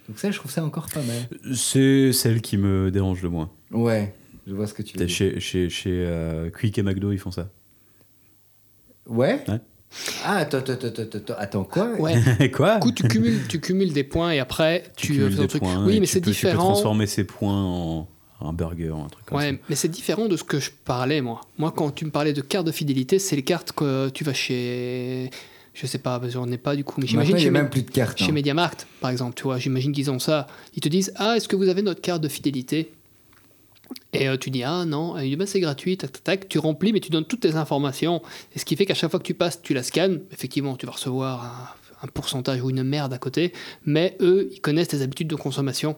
S8: Donc, ça, je trouve ça encore pas mal.
S10: C'est celle qui me dérange le moins.
S8: Ouais, je vois ce que tu veux.
S10: Peut-être
S8: dire.
S10: Chez, chez, chez euh, Quick et McDo, ils font ça.
S8: Ouais,
S10: Ouais.
S8: Ah, attends, attends, attends, attends, attends, attends, quoi
S9: Ouais.
S10: Quoi
S9: Du coup, tu cumules, tu cumules des points et après, tu,
S10: cumules
S9: euh, fais un
S10: des
S9: truc.
S10: points
S9: oui,
S10: et
S9: mais
S10: tu
S9: c'est
S10: peux- Tu peux
S9: différent.
S10: transformer ces points en un burger, un truc comme
S9: Ouais, mais c'est différent de ce que je parlais, moi. Moi, quand tu me parlais de cartes de fidélité, c'est les cartes que tu vas chez. Je sais pas, j'en ai pas du coup, mais j'imagine
S8: J'imagine qu'il n'y
S9: chez,
S8: a
S9: Me-
S8: même plus de cartes.
S9: chez
S8: hein.
S9: MediaMarkt, par exemple, tu vois, j'imagine qu'ils ont ça. Ils te disent Ah, est-ce que vous avez notre carte de fidélité Et euh, tu dis ah non, et il dit, bah, c'est gratuit, tac, tac, tac. tu remplis, mais tu donnes toutes tes informations. Et ce qui fait qu'à chaque fois que tu passes, tu la scannes, effectivement, tu vas recevoir un, un pourcentage ou une merde à côté, mais eux, ils connaissent tes habitudes de consommation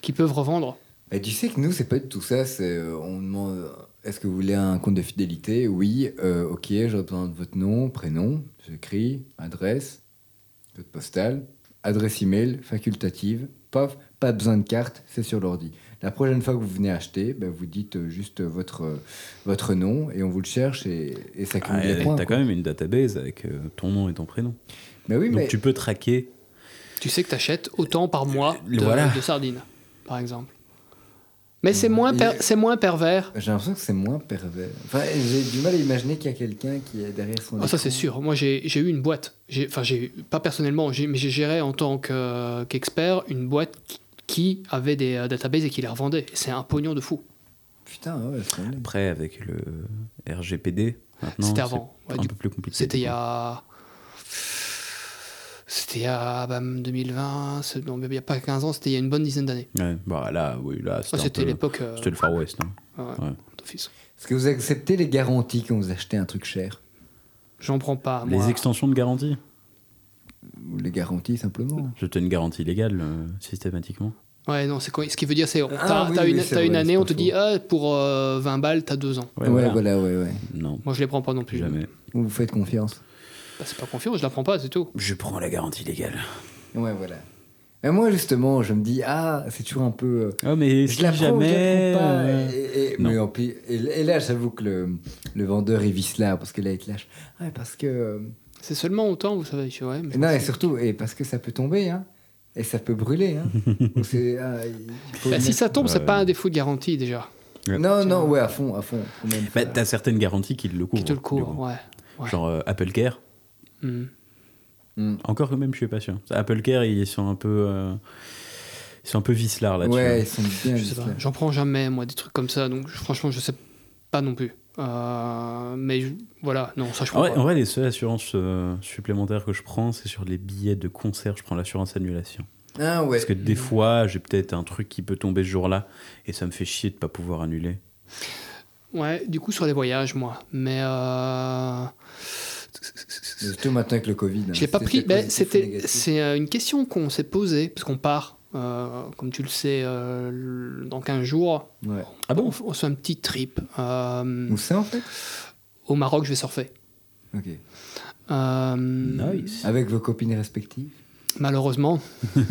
S9: qu'ils peuvent revendre.
S8: Bah, tu sais que nous, c'est pas du tout ça. C'est, euh, on demande euh, est-ce que vous voulez un compte de fidélité Oui, euh, ok, j'ai besoin de votre nom, prénom, j'écris, adresse, code postal, adresse email, facultative, paf, pas besoin de carte, c'est sur l'ordi. La prochaine fois que vous venez acheter, bah, vous dites euh, juste votre, euh, votre nom et on vous le cherche et, et ça
S10: Ah,
S8: cumule
S10: et
S8: des points.
S10: T'as
S8: quoi.
S10: quand même une database avec euh, ton nom et ton prénom.
S8: Bah oui,
S10: Donc
S8: mais
S10: tu peux traquer.
S9: Tu sais que tu achètes autant par mois de,
S10: Euh, Voilà. Euh,
S9: de sardines, par exemple. Mais c'est moins, per-
S8: Et-
S9: c'est moins pervers.
S8: j'ai l'impression que c'est moins pervers. Enfin, j'ai du mal à imaginer qu'il y a quelqu'un qui est derrière son.
S9: Ah, ça
S8: écran.
S9: c'est sûr. Moi j'ai j'ai eu une boîte. J'ai- Enfin j'ai pas personnellement, j'ai- mais j'ai géré en tant que, euh, qu'expert une boîte qui- qui avait des euh, databases et qui les revendait. C'est un pognon de fou.
S8: Putain, ouais, c'est vrai.
S10: Après, avec le RGPD, maintenant,
S9: C'était
S10: c'est
S9: avant. Ouais,
S10: un
S9: du
S10: peu plus compliqué.
S9: C'était il y a. C'était il y a bam, 2020, c'est- non, mais il n'y a pas 15 ans, c'était il y a une bonne dizaine d'années.
S10: Ouais, bah là, oui, là,
S9: Ah,
S10: c'était un
S9: C'était
S10: peu-
S9: l'époque. euh,
S10: c'était le Far West. hein.
S9: ouais,
S10: ouais.
S9: d'office.
S8: Est-ce que vous acceptez les garanties quand vous achetez un truc cher
S9: J'en prends pas.
S10: Les
S9: Ah, moi.
S10: extensions de garantie.
S8: Ou les garanties simplement
S10: Je te une garantie légale euh, systématiquement.
S9: Ouais, non, c'est quoi Ce qui veut dire, c'est. on-
S8: Ah,
S9: T'as
S8: oui,
S9: t'as
S8: oui,
S9: une,
S8: c'est
S9: t'as une
S8: vrai, c'est
S9: année,
S8: pas
S9: on te
S8: faux.
S9: dit, ah, pour euh, 20 balles, t'as deux ans.
S8: Ouais, voilà, ouais, ouais.
S10: Non,
S9: Moi, je les prends pas non plus.
S10: jamais.
S8: Vous vous faites confiance.
S9: Bah, c'est pas confiant, je la prends pas, c'est tout.
S10: Je prends la garantie légale.
S8: Ouais, voilà. Mais moi, justement, je me dis, ah, c'est toujours un peu. euh,
S10: Ah, mais
S8: je
S10: si
S8: la prends ou
S10: jamais.
S8: je la prends pas.
S10: euh,
S8: Et, et-
S10: non.
S8: mais en plus- et, et là, j'avoue que le, le vendeur, il visse là, parce que là, il te lâche. Ouais, parce que. euh,
S9: C'est seulement autant, vous savez. je suis, ouais, mais-
S8: non, et surtout, et parce que ça peut tomber, hein. Et ça peut brûler, hein. Ou c'est- ah, il faut
S9: Bah,
S8: le
S9: si
S8: mettre- euh,
S9: ça tombe, c'est
S10: Ouais.
S9: pas un défaut de garantie déjà.
S8: Non, non, ouais, à fond, à fond. quand même.
S10: bah, t'as certaines garanties qui le couvrent.
S9: Qui te le
S10: du
S9: court,
S10: coup.
S9: ouais. ouais.
S10: Genre euh, Apple Care.
S9: Hmm.
S10: Encore quand même, je suis pas sûr. Apple Care, ils sont un peu. euh, Ils sont un peu vicelards
S9: Bah,
S10: là-dessus.
S8: ouais, ils sont bien.
S9: Je sais pas,
S8: vicelés.
S9: J'en prends jamais, moi, des trucs comme ça. Donc, je- franchement, je sais pas non plus. Euh, mais je- voilà, non,
S8: Ah
S9: ça je
S10: En
S9: prends
S10: vrai,
S9: pas.
S10: en vrai, les seules assurances euh, supplémentaires que je prends, c'est sur les billets de concert. Je prends l'assurance annulation.
S8: Ah ouais.
S10: Parce que des fois, j'ai peut-être un truc qui peut tomber ce jour-là et ça me fait chier de pas pouvoir annuler.
S9: Ouais, du coup, sur les voyages, moi. Mais. euh,
S8: Mais Surtout maintenant avec le Covid. hein,
S9: Je l'ai pas
S8: c'était
S9: pris. Ben,
S8: positif ou
S9: c'était,
S8: négatif.
S9: c'est euh, une question qu'on s'est posée, parce qu'on part, euh, comme tu le sais, euh, le- dans 15 jours.
S8: Ouais.
S10: Ah bon
S9: on, f- on se fait un petit trip. euh,
S8: Où ça en fait
S9: au Maroc, je vais surfer.
S8: Ok.
S9: Euh,
S10: Nice.
S8: Avec vos copines respectives
S9: Malheureusement,
S8: Bon,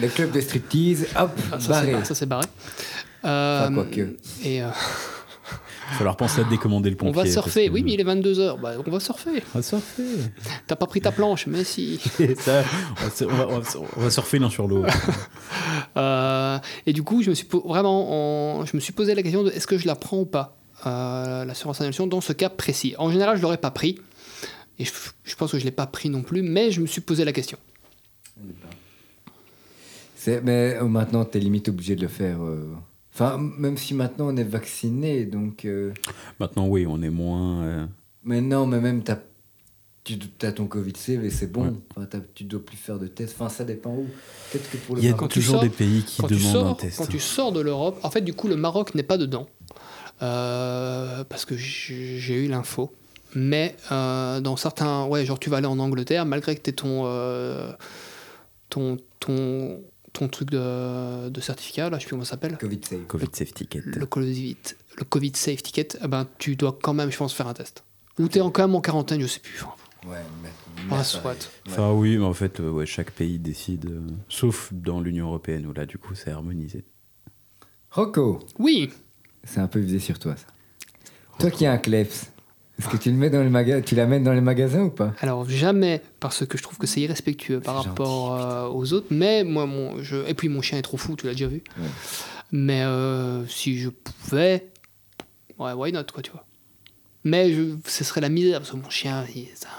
S8: le club de striptease, hop,
S9: Ah, ça, c'est,
S8: barré.
S9: bar- ça, c'est barré. Euh,
S8: Enfin, quoique.
S9: Et euh,
S10: Il va falloir penser à décommander le
S9: on
S10: pompier.
S9: va
S10: parce
S9: surfer.
S10: que-
S9: Oui, mais il est 22h. on va surfer.
S10: On va surfer.
S9: T'as pas pris ta planche, mais si.
S10: Et ça, on, va, se- on va- on va- on va surfer l'un sur l'autre.
S9: Euh, et du coup, je me suis po- vraiment, en- je me suis posé la question de est-ce que je la prends ou pas euh, l'assurance annulation dans ce cas précis. En général, je l'aurais pas pris. Et je, je pense que je l'ai pas pris non plus, mais je me suis posé la question.
S8: C'est- Mais euh, maintenant, t'es limite obligé de le faire. euh. Enfin, m- même si maintenant on est vacciné, donc. euh,
S10: Maintenant, oui, on est moins. euh,
S8: Mais non, mais même t'as. Tu as ton Covid save et c'est
S10: Ouais.
S8: bon. Enfin, t'as- tu dois plus faire de tests. Enfin, ça dépend où. Peut-être que pour le
S10: Il y a
S8: Maroc-
S9: bah, Quand tu
S10: toujours
S9: sors-
S10: des pays qui
S9: quand,
S10: demandent
S9: tu
S10: un
S9: sors,
S10: test.
S9: quand tu sors de l'Europe, en fait, du coup, le Maroc n'est pas dedans Euh, parce que j'ai j'ai eu l'info. Mais euh, dans certains, ouais, genre tu vas aller en Angleterre malgré que t'aies ton euh, ton ton ton truc de, de certificat là, je sais plus comment ça s'appelle.
S8: Covid save.
S10: Covid safety kit.
S9: le Covid, le COVID Safe Ticket, eh ben, tu dois quand même, je pense, faire un test. Ou t'es en- quand même en quarantaine, je sais plus. Enfin,
S8: Ouais, mais.
S9: ah,
S8: mais
S9: soit.
S8: pareil.
S10: Enfin, oui, mais en fait, euh, ouais, chaque pays décide. euh, sauf dans l'Union Européenne, où là, du coup, c'est harmonisé.
S8: Rocco,
S9: Oui,
S8: c'est un peu visé sur toi, ça. Toi qui as un Kleps, est-ce que tu le mets dans le maga... tu l'amènes dans les magasins ou pas
S9: alors jamais, parce que je trouve que c'est irrespectueux par
S8: C'est
S9: rapport euh, aux autres, mais moi, mon, je, et puis mon chien est trop fou, tu l'as déjà vu.
S8: Ouais.
S9: Mais euh, si je pouvais, ouais, why not, quoi, tu vois. Mais je, ce serait la misère, parce que mon chien, il- c'est un-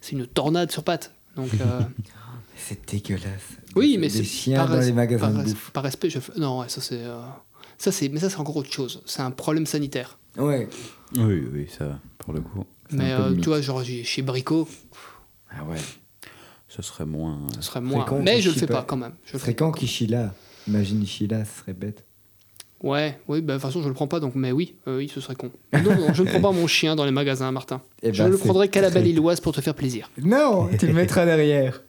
S9: c'est une tornade sur pattes. Donc, euh,
S8: C'est dégueulasse.
S9: Oui,
S8: Des-
S9: mais
S8: des
S9: c'est
S8: chiens
S9: par
S8: dans
S9: res-
S8: les magasins
S9: par
S8: de
S9: res-
S8: bouffe.
S9: Par respect, je fais- non, ouais, ça c'est euh, ça c'est mais ça c'est encore autre chose. C'est un problème sanitaire.
S8: Ouais.
S10: Oui, oui, ça, pour le coup,
S8: C'est
S9: Mais
S8: un peu
S9: euh,
S8: limite.
S9: tu vois, genre j'ai- chez Brico,
S8: Ah ouais.
S10: ce serait moins.
S9: ce serait moins.
S8: con,
S9: mais
S8: ça
S9: je le
S8: chie
S9: fais
S8: pas.
S9: pas quand même. Je
S8: Ce
S9: le fais.
S8: serait quand qu'Ishila Imagine Ishila, ce serait bête.
S9: Ouais, oui, bah, de toute façon, je le prends pas, donc, mais oui, euh, oui, ce serait con. Non, non, je ne prends pas mon chien dans les magasins, Martin.
S8: Eh
S9: je
S8: ben,
S9: ne le
S8: c'est
S9: prendrai qu'à la
S8: très-
S9: belle illoise pour te faire plaisir.
S8: Non, tu le mettras derrière.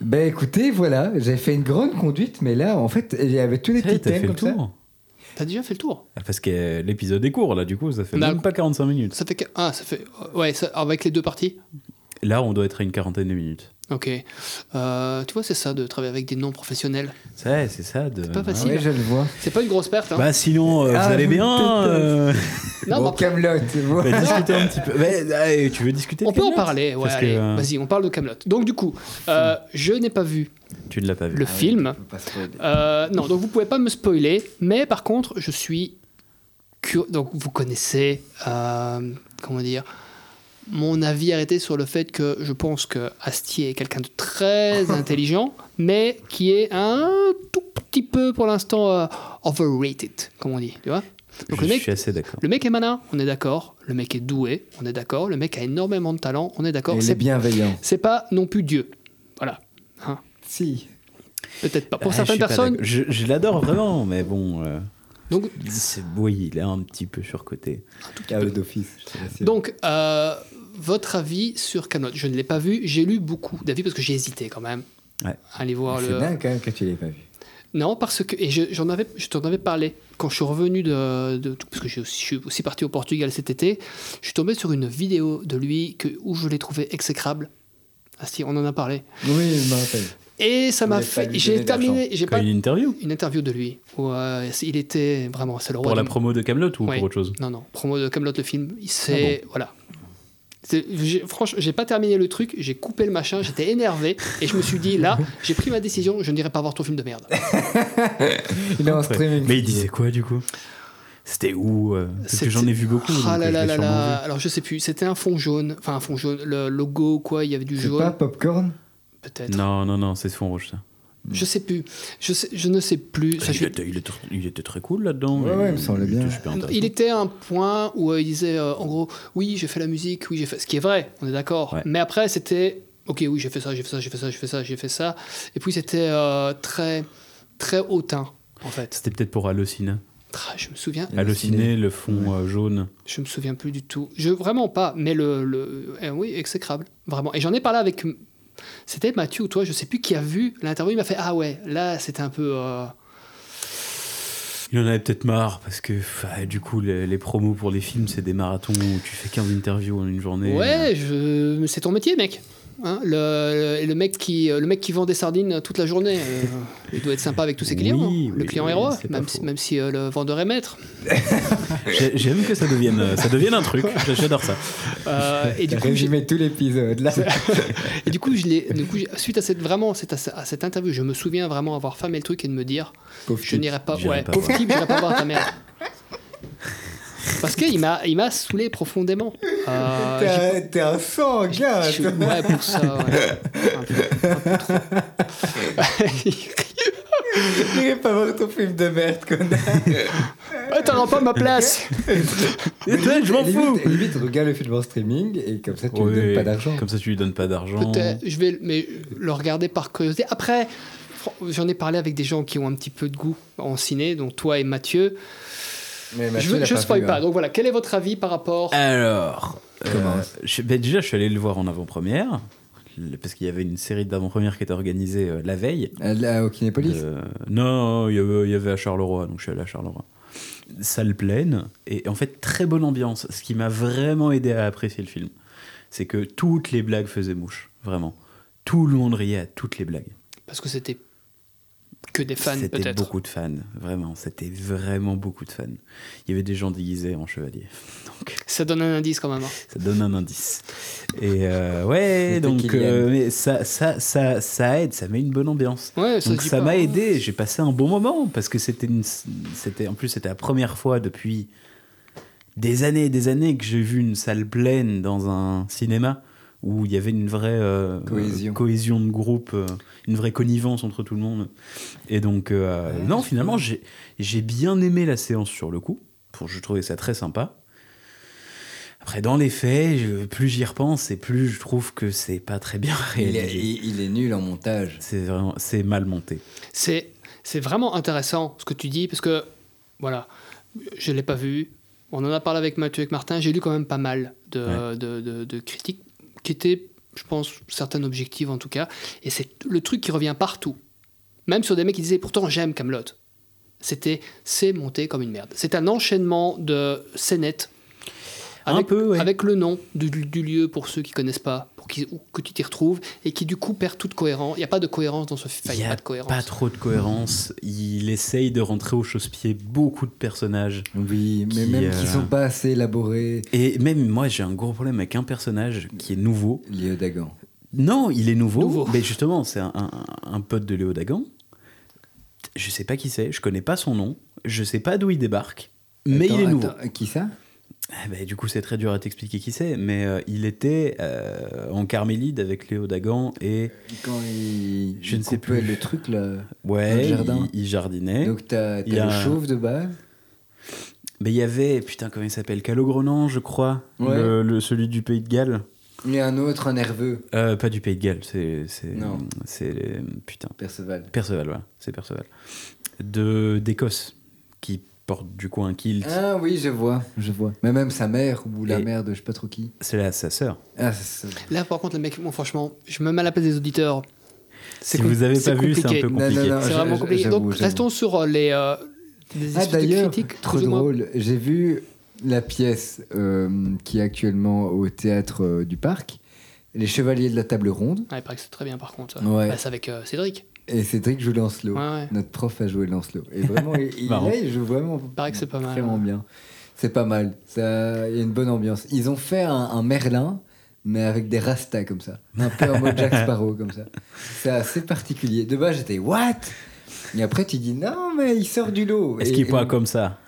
S8: Ben écoutez, voilà, j'ai fait une grande conduite, mais là, en fait, il y avait tous les
S10: Ça y est,
S8: petits
S10: T'as
S8: thèmes
S10: fait le
S8: comme ça.
S10: tour
S9: T'as déjà fait le tour
S10: Ah, Parce que euh, l'épisode est court, là, du coup, ça fait
S9: On a-
S10: même pas 45 minutes.
S9: Ça fait que. Ah, ça fait. Ouais, ça- avec les deux parties
S10: Là, on doit être à une quarantaine de minutes.
S9: Ok. Euh, tu vois, c'est ça de travailler avec des non-professionnels.
S10: Ça, c'est ça. De...
S9: C'est pas
S10: Ouais.
S9: facile.
S8: Ah Ouais, je le vois.
S9: C'est pas une grosse perte, hein.
S10: Bah sinon,
S8: Ah,
S10: euh, vous Bah, allez
S8: vous
S10: bien
S8: détestez.
S10: euh,
S9: non, mais
S8: bon,
S9: après,
S8: Oh, Camelot,
S10: on va discuter un petit peu. Mais, allez, tu veux discuter de
S9: on peut en
S10: Kaamelott
S9: parler. Ouais,
S10: Parce que,
S9: allez,
S10: euh,
S9: vas-y, on parle de Camelot. Donc, du coup, euh, je n'ai pas vu
S10: Tu ne l'as pas vu.
S9: le film. Euh, non, donc vous pouvez pas me spoiler, mais par contre, je suis curieux. Donc vous connaissez, euh, comment dire, mon avis arrêté sur le fait que je pense que Astier est quelqu'un de très intelligent, mais qui est un tout petit peu pour l'instant euh, overrated, comme on dit, tu vois. Donc
S10: je
S9: le mec,
S10: suis assez d'accord.
S9: le mec est malin, on est d'accord. Le mec est doué, on est d'accord. Le mec a énormément de talent, on est d'accord.
S8: Il est
S9: C'est
S8: bienveillant.
S9: c'est pas non plus Dieu. Voilà. Hein,
S8: Si.
S9: Peut-être pas. Pour
S10: Ah, je
S9: certaines
S10: suis pas
S9: personnes,
S10: d'accord. Je, je l'adore vraiment, mais bon. euh,
S9: donc
S10: c'est- oui, il est un petit peu surcoté.
S8: Ah,
S10: Euh,
S8: le d'office. je te rassure.
S9: Donc, euh, votre avis sur Camelot Je ne l'ai pas vu. J'ai lu beaucoup d'avis parce que j'ai hésité quand même.
S10: Ouais.
S9: à Aller voir
S8: C'est hein.
S9: le.
S8: dingue quand même que tu l'aies pas vu.
S9: Non, parce que et je, j'en avais, je t'en avais parlé quand je suis revenu de, de- parce que j'ai aussi- je suis aussi parti au Portugal cet été. Je suis tombé sur une vidéo de lui que, où je l'ai trouvé exécrable. Ah si, on en a parlé.
S8: Oui, je me rappelle.
S9: Et ça
S8: Vous
S9: m'a
S8: n'avez pas
S9: fait.
S8: lui
S9: J'ai
S8: donné d'argent.
S9: terminé. J'ai
S10: T'as
S9: pas
S10: une interview
S9: une interview de lui où euh, il était vraiment c'est le roi
S10: Pour la
S9: du-
S10: promo de Camelot ou
S9: Ouais.
S10: pour autre chose Ah
S9: Non, non, promo de Camelot le film. Il s'est- Voilà. C'est- j'ai- Franchement, j'ai pas terminé le truc, j'ai coupé le machin, j'étais énervé et je me suis dit là, j'ai pris ma décision, je n'irai pas voir ton film de merde.
S8: Il est en
S10: Ouais.
S8: streaming.
S10: Mais il disait quoi du coup C'était où euh, Parce que j'en ai vu beaucoup.
S9: Ah
S10: donc,
S9: là
S10: euh,
S9: là
S10: je l'ai
S9: là
S10: sûrement
S9: là.
S10: vu.
S9: Alors je sais plus, c'était un fond jaune, enfin un fond jaune, le logo quoi, il y avait du
S8: C'est
S9: jaune
S8: pas Popcorn
S9: peut-être.
S10: Non, non, non, c'est ce fond rouge ça.
S9: Je sais plus, je, sais- je ne sais plus. Ça, je-
S10: il, était, il était- il était très cool là-dedans.
S8: Ouais,
S10: il-
S8: ouais, il me semblait
S10: il était
S8: bien.
S10: super
S9: Il
S10: intéressant.
S9: était à un point où euh, il disait euh, en gros oui j'ai fait la musique oui j'ai fait ce qui est vrai on est d'accord
S10: Ouais.
S9: mais après c'était ok oui j'ai fait ça j'ai fait ça j'ai fait ça j'ai fait ça j'ai fait ça et puis c'était euh, très très hautain en fait
S10: C'était peut-être pour Allociné.
S9: Tra- je me souviens
S10: Allociné, le fond euh, jaune.
S9: je me souviens plus du tout je vraiment pas mais le, le- eh oui exécrable vraiment et j'en ai parlé avec c'était Mathieu ou toi je sais plus qui a vu l'interview il m'a fait ah ouais là c'était un peu euh,
S10: Il en avait peut-être marre parce que pff, du coup, les, les promos pour les films, c'est des marathons où tu fais 15 interviews en une journée.
S9: Ouais, je... mais c'est ton métier, mec. Hein, le, le- le mec qui, le mec qui vend des sardines toute la journée, euh, il doit être sympa avec tous ses
S10: Oui,
S9: clients. hein.
S10: oui,
S9: le client
S10: oui,
S9: est roi,
S10: c'est pas
S9: même si,
S10: faux.
S9: même si euh, le vendeur est maître.
S10: J'ai- J'aime que ça devienne, euh, ça devienne un truc. J'adore ça.
S9: Euh, et, du coup, j'ai-
S8: Résumé tout l'épisode. Là,
S9: et du coup, je l'ai- du coup, j'ai- suite à cette, vraiment, cette, à cette interview, je me souviens vraiment avoir fermé le truc et de me dire
S8: Pauvre
S9: Je
S8: type.
S9: n'irai pas.
S10: J'irai
S9: Ouais,
S10: pas
S9: pauvre
S10: voir.
S9: type, j'irai pas voir ta mère. Parce qu'il m'a, il m'a saoulé profondément. Euh, j'ai-
S8: T'es un- t'es un sang, gars.
S9: Je suis- ouais, pour ça. ouais. Un peu- un peu trop.
S8: n'irai pas voir ton film de merde, connard.
S9: Ah, t'auras pas ma place
S10: je m'en
S8: Limite-
S10: fous.
S8: Limite, regarde le film en streaming et comme ça, tu ne
S10: Ouais,
S8: donnes pas d'argent.
S10: Comme ça, tu lui donnes pas d'argent.
S9: Peut-être, je vais mais le regarder par curiosité. Après, fran- j'en ai parlé avec des gens qui ont un petit peu de goût en ciné, dont toi et Mathieu.
S8: Mais
S9: je veux- je spoil
S10: hein.
S9: pas. Donc voilà, quel est votre avis par rapport
S10: Ah. Alors, euh,
S8: Commence.
S10: je- ben déjà, je suis allé le voir en avant-première parce qu'il y avait une série d'avant-premières qui était organisée euh, la veille.
S8: Là, au Kinépolis
S10: Euh, non, il y, avait, il y avait à Charleroi, donc je suis allé à Charleroi. Salle pleine, et en fait très bonne ambiance, ce qui m'a vraiment aidé à apprécier le film. C'est que toutes les blagues faisaient mouche, vraiment. Tout le monde riait à toutes les blagues.
S9: Parce que c'était que des fans,
S10: C'était
S9: peut-être.
S10: beaucoup de fans, vraiment. C'était vraiment beaucoup de fans. Il y avait des gens déguisés en chevalier. Donc,
S9: Ça donne un indice quand même. hein.
S10: ça donne un indice. Et euh, ouais,
S8: C'était
S10: donc
S8: Kylian.
S10: euh, mais ça, ça, ça, ça aide, ça met une bonne ambiance.
S9: Ouais, ça
S10: Donc
S9: se dit
S10: ça
S9: pas,
S10: m'a
S9: hein.
S10: aidé, j'ai passé un bon moment parce que c'était une- c'était en plus c'était la première fois depuis des années et des années que j'ai vu une salle pleine dans un cinéma où il y avait une vraie euh,
S8: Cohésion.
S10: euh, cohésion de groupe, euh, une vraie connivence entre tout le monde. Et donc euh,
S8: Ouais,
S10: non,
S8: Ah, c'est
S10: finalement
S8: cool.
S10: j'ai j'ai bien aimé la séance sur le coup. Pour je trouvais ça très sympa. Après dans les faits, je- plus j'y repense et plus je trouve que c'est pas très bien
S8: il est,
S10: réalisé.
S8: il- il est nul en montage.
S10: C'est vraiment c'est mal monté.
S9: C'est. c'est vraiment intéressant ce que tu dis, parce que, voilà, je ne l'ai pas vu. On en a parlé avec Mathieu et Martin. J'ai lu quand même pas mal de, de- de- de critiques qui étaient, je pense, certaines objectives en tout cas. Et c'est le truc qui revient partout. Même sur des mecs qui disaient pourtant j'aime Camelot. C'était c'est monté comme une merde. C'est un enchaînement de scénettes.
S10: Un
S9: Avec,
S10: peu, ouais.
S9: avec le nom du, du- du lieu pour ceux qui connaissent pas, pour qui, ou que tu t'y retrouves, et qui du coup perd toute cohérence. Il n'y a pas de cohérence dans ce film. Enfin, Il n'y a, pas de cohérence.
S10: pas trop de cohérence. Il essaye de rentrer aux chausse-pieds beaucoup de personnages.
S8: Oui, mais
S10: Qui,
S8: même
S10: euh,
S8: qui sont pas assez élaborés.
S10: Et même moi, j'ai un gros problème avec un personnage qui est nouveau.
S8: Léo Dagan.
S10: Non, il est nouveau,
S9: Nouveau.
S10: mais justement, c'est un, un- un pote de Léo Dagan. Je sais pas qui c'est, je connais pas son nom, je sais pas d'où il débarque, mais
S8: Attends,
S10: il est nouveau.
S8: attends, qui ça
S10: Ah bah, du coup, c'est très dur à t'expliquer qui c'est, mais euh, il était euh, en Carmélide avec Léo Dagan et
S8: Quand il.
S10: Je
S8: il
S10: ne sais
S8: coupait
S10: plus.
S8: le truc là. Dans
S10: ouais,
S8: le
S10: il,
S8: jardin.
S10: il jardinait.
S8: Donc t'as t'as
S10: Il y a
S8: le
S10: un-
S8: chauve de base.
S10: Mais Bah, il y avait, putain, comment il s'appelle Calogrenant, je crois,
S8: Ouais.
S10: le, le- celui du Pays de Galles.
S8: Il y a un autre, un nerveux.
S10: Euh, pas du Pays de Galles, c'est. c'est-
S8: Non.
S10: C'est. les- Putain.
S8: Perceval.
S10: Perceval, voilà, c'est Perceval. De d'Écosse, qui porte du coup un kilt.
S8: Ah oui, je vois, je vois. Mais même sa mère ou la
S10: Et-
S8: mère de je sais pas trop qui.
S10: C'est la- sa sœur.
S8: Ah, ça, ça-
S9: Là, par contre, les mecs, moi, franchement, je me mets à la place des auditeurs. C'est
S10: Si
S9: com-
S10: vous avez
S9: c'est
S10: pas vu, c'est un
S9: compliqué.
S10: peu
S8: Non, non,
S10: compliqué.
S8: non.
S9: C'est
S8: Ah,
S9: vraiment
S8: je-
S9: compliqué.
S8: j'avoue,
S9: Donc,
S8: j'avoue.
S9: restons sur euh, les, euh, les
S8: Ah
S9: espèces de
S8: d'ailleurs,
S9: critiques,
S8: trop
S9: plus ou moins.
S8: drôle. J'ai vu la pièce euh, qui est actuellement au théâtre euh, du parc, Les Chevaliers de la Table Ronde.
S9: Ouais, Ah, il paraît que c'est très bien, par contre.
S8: Ouais.
S9: Bah, c'est avec euh, Cédric.
S8: Et Cédric joue Lancelot.
S9: Ouais, ouais.
S8: Notre prof a joué Lancelot. Et vraiment, il, il-
S10: Marrant.
S8: là, il joue vraiment.
S9: paraît que c'est pas mal,
S8: Vraiment
S9: ouais.
S8: bien. C'est pas mal. Ça- Il y a une bonne ambiance. Ils ont fait un, un Merlin, mais avec des rastas comme ça. Un peu en mode Jack Sparrow comme ça. C'est assez particulier. De base, j'étais What Et après, tu dis Non, mais il sort du lot.
S10: Est-ce
S8: Et-
S10: qu'il
S8: et-
S10: parle comme ça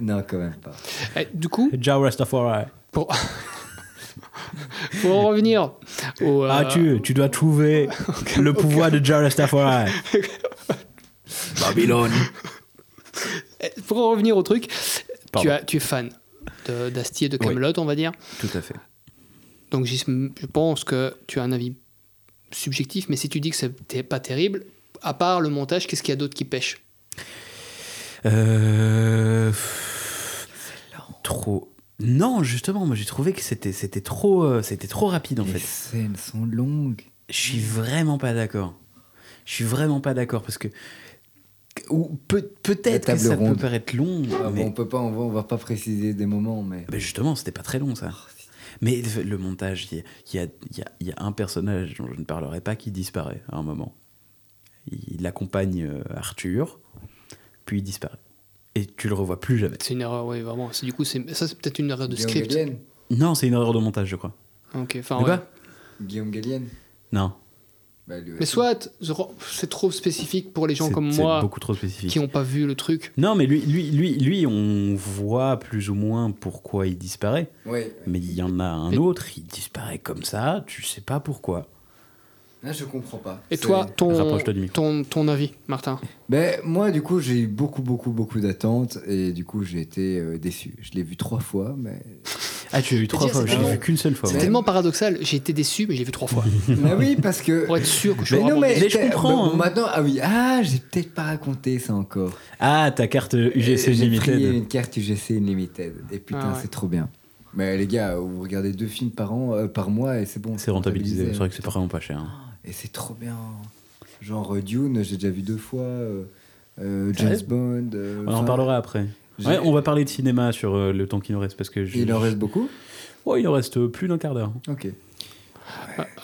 S8: Non, quand même pas.
S9: Eh, du coup,
S10: Jao
S8: Bah.
S10: Rastafari.
S9: pour... pour en revenir au. euh,
S10: Ah, tu, tu dois trouver le pouvoir de Jao Rastafari. Babylone.
S9: eh, Pour en revenir au truc, tu,
S10: Pardon.
S9: as, tu es fan de- d'Astier et de Camelot, on va dire.
S10: Tout à fait.
S9: Donc, j'y- je pense que tu as un avis subjectif, mais si tu dis que c'est pas terrible, à part le montage, qu'est-ce qu'il y a d'autre qui pêche
S10: Euh... pff, Trop. Non, justement, moi j'ai trouvé que c'était c'était trop euh, c'était trop rapide en
S8: Les
S10: fait.
S8: scènes sont longues.
S10: Je suis vraiment pas d'accord. Je suis vraiment pas d'accord parce que ou peut-
S8: La
S10: peut-être que
S8: table
S10: ça
S8: ronde.
S10: peut paraître long,
S8: Ah,
S10: mais
S8: bon, on peut pas, on va, on va pas préciser des moments, mais.
S10: Ben justement, c'était pas très long ça.
S8: Ah,
S10: Mais le- le montage, il y a- il y a, il y a- il y a un personnage dont je ne parlerai pas qui disparaît à un moment. Il accompagne euh, Arthur, puis il disparaît. Et tu le revois plus jamais.
S9: C'est une erreur, oui, vraiment. C'est- Du coup, c'est- ça, c'est peut-être une erreur de
S8: Guillaume
S9: script.
S8: Gallienne.
S10: Non, c'est une erreur de montage, je crois.
S9: Ok, enfin,
S10: De
S9: ouais.
S8: bah,
S10: quoi
S8: Guillaume Gallienne.
S10: Non,
S8: Bah, lui
S9: Mais
S8: aussi.
S9: soit, c'est trop spécifique pour les gens
S10: c'est
S9: comme
S10: c'est
S9: moi
S10: beaucoup trop spécifique.
S9: qui n'ont pas vu le truc.
S10: Non, mais lui, lui, lui, lui, on voit plus ou moins pourquoi il disparaît.
S8: Ouais.
S10: Mais il y en a un
S9: Mais-
S10: autre, il disparaît comme ça, tu sais pas pourquoi.
S8: Là, je comprends pas.
S9: Et
S8: C'est-
S9: toi, ton,
S10: Rapproche-toi du micro.
S9: ton, ton avis, Martin
S8: Ben, moi, du coup, j'ai eu beaucoup, beaucoup, beaucoup d'attentes et du coup, j'ai été euh, déçu. Je l'ai vu trois fois, mais.
S10: Ah, tu l'as vu trois
S9: dire,
S10: fois,
S9: c'est
S10: je l'ai
S9: tellement-
S10: vu qu'une seule fois.
S9: C'est
S10: moi.
S9: tellement paradoxal, j'ai été déçu, mais j'ai vu trois fois.
S8: bah oui, parce que.
S9: Pour être sûr que je
S8: Mais
S9: sois
S8: non, mais,
S10: Mais je
S8: t'es-
S10: comprends,
S8: bon,
S10: hein.
S8: Maintenant, ah oui, ah, j'ai peut-être pas raconté ça encore.
S10: Ah, ta carte UGC
S8: Euh, J'ai
S10: Limited.
S8: pris une carte UGC Unlimited. Et putain,
S9: Ah ouais.
S8: c'est trop bien. Mais les gars, vous regardez deux films par an, euh, par mois, et c'est bon.
S10: C'est rentabilisé, c'est vrai que c'est vraiment pas cher. hein.
S8: Et c'est trop bien. Genre euh, Dune, j'ai déjà vu deux fois. euh, euh,
S10: Sérieux
S8: James Bond. euh,
S10: Ah On en
S8: enfin,
S10: parlera après.
S8: j'ai-
S10: Ouais, on va parler de cinéma sur euh, le temps qui nous reste parce que je-
S8: Il en reste beaucoup
S10: Ouais, il en reste plus d'un quart d'heure.
S8: Ok.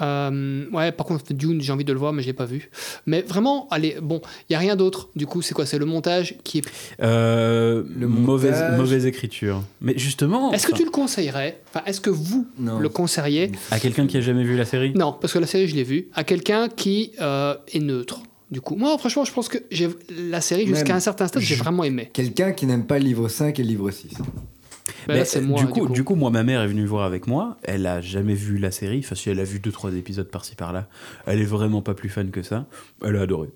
S9: Euh, ouais, par contre, Dune, j'ai envie de le voir, mais je l'ai pas vu. Mais vraiment, allez, bon, il y a rien d'autre. Du coup, c'est quoi C'est le montage qui est.
S10: Euh,
S8: Le
S10: mauvaise,
S8: montage.
S10: mauvaise écriture. Mais justement,
S9: Est-ce que tu le conseillerais Enfin, est-ce que vous
S8: Non.
S9: le conseilleriez
S10: à quelqu'un qui a jamais vu la série
S9: Non, parce que la série, je l'ai vue. À quelqu'un qui euh, est neutre. Du coup, moi, franchement, je pense que j'ai la série jusqu'à
S8: Même
S9: un certain stade, j'ai
S8: je-
S9: vraiment aimé.
S8: Quelqu'un qui n'aime pas le livre 5 et le livre 6.
S9: Mais
S10: Mais,
S9: Bah, là, c'est
S10: euh,
S9: moi. hein,
S10: du, coup, du coup, moi, ma mère est venue voir avec moi. Elle a jamais vu la série. Enfin, si elle a vu deux trois épisodes par-ci par-là, elle est vraiment pas plus fan que ça. Elle a adoré.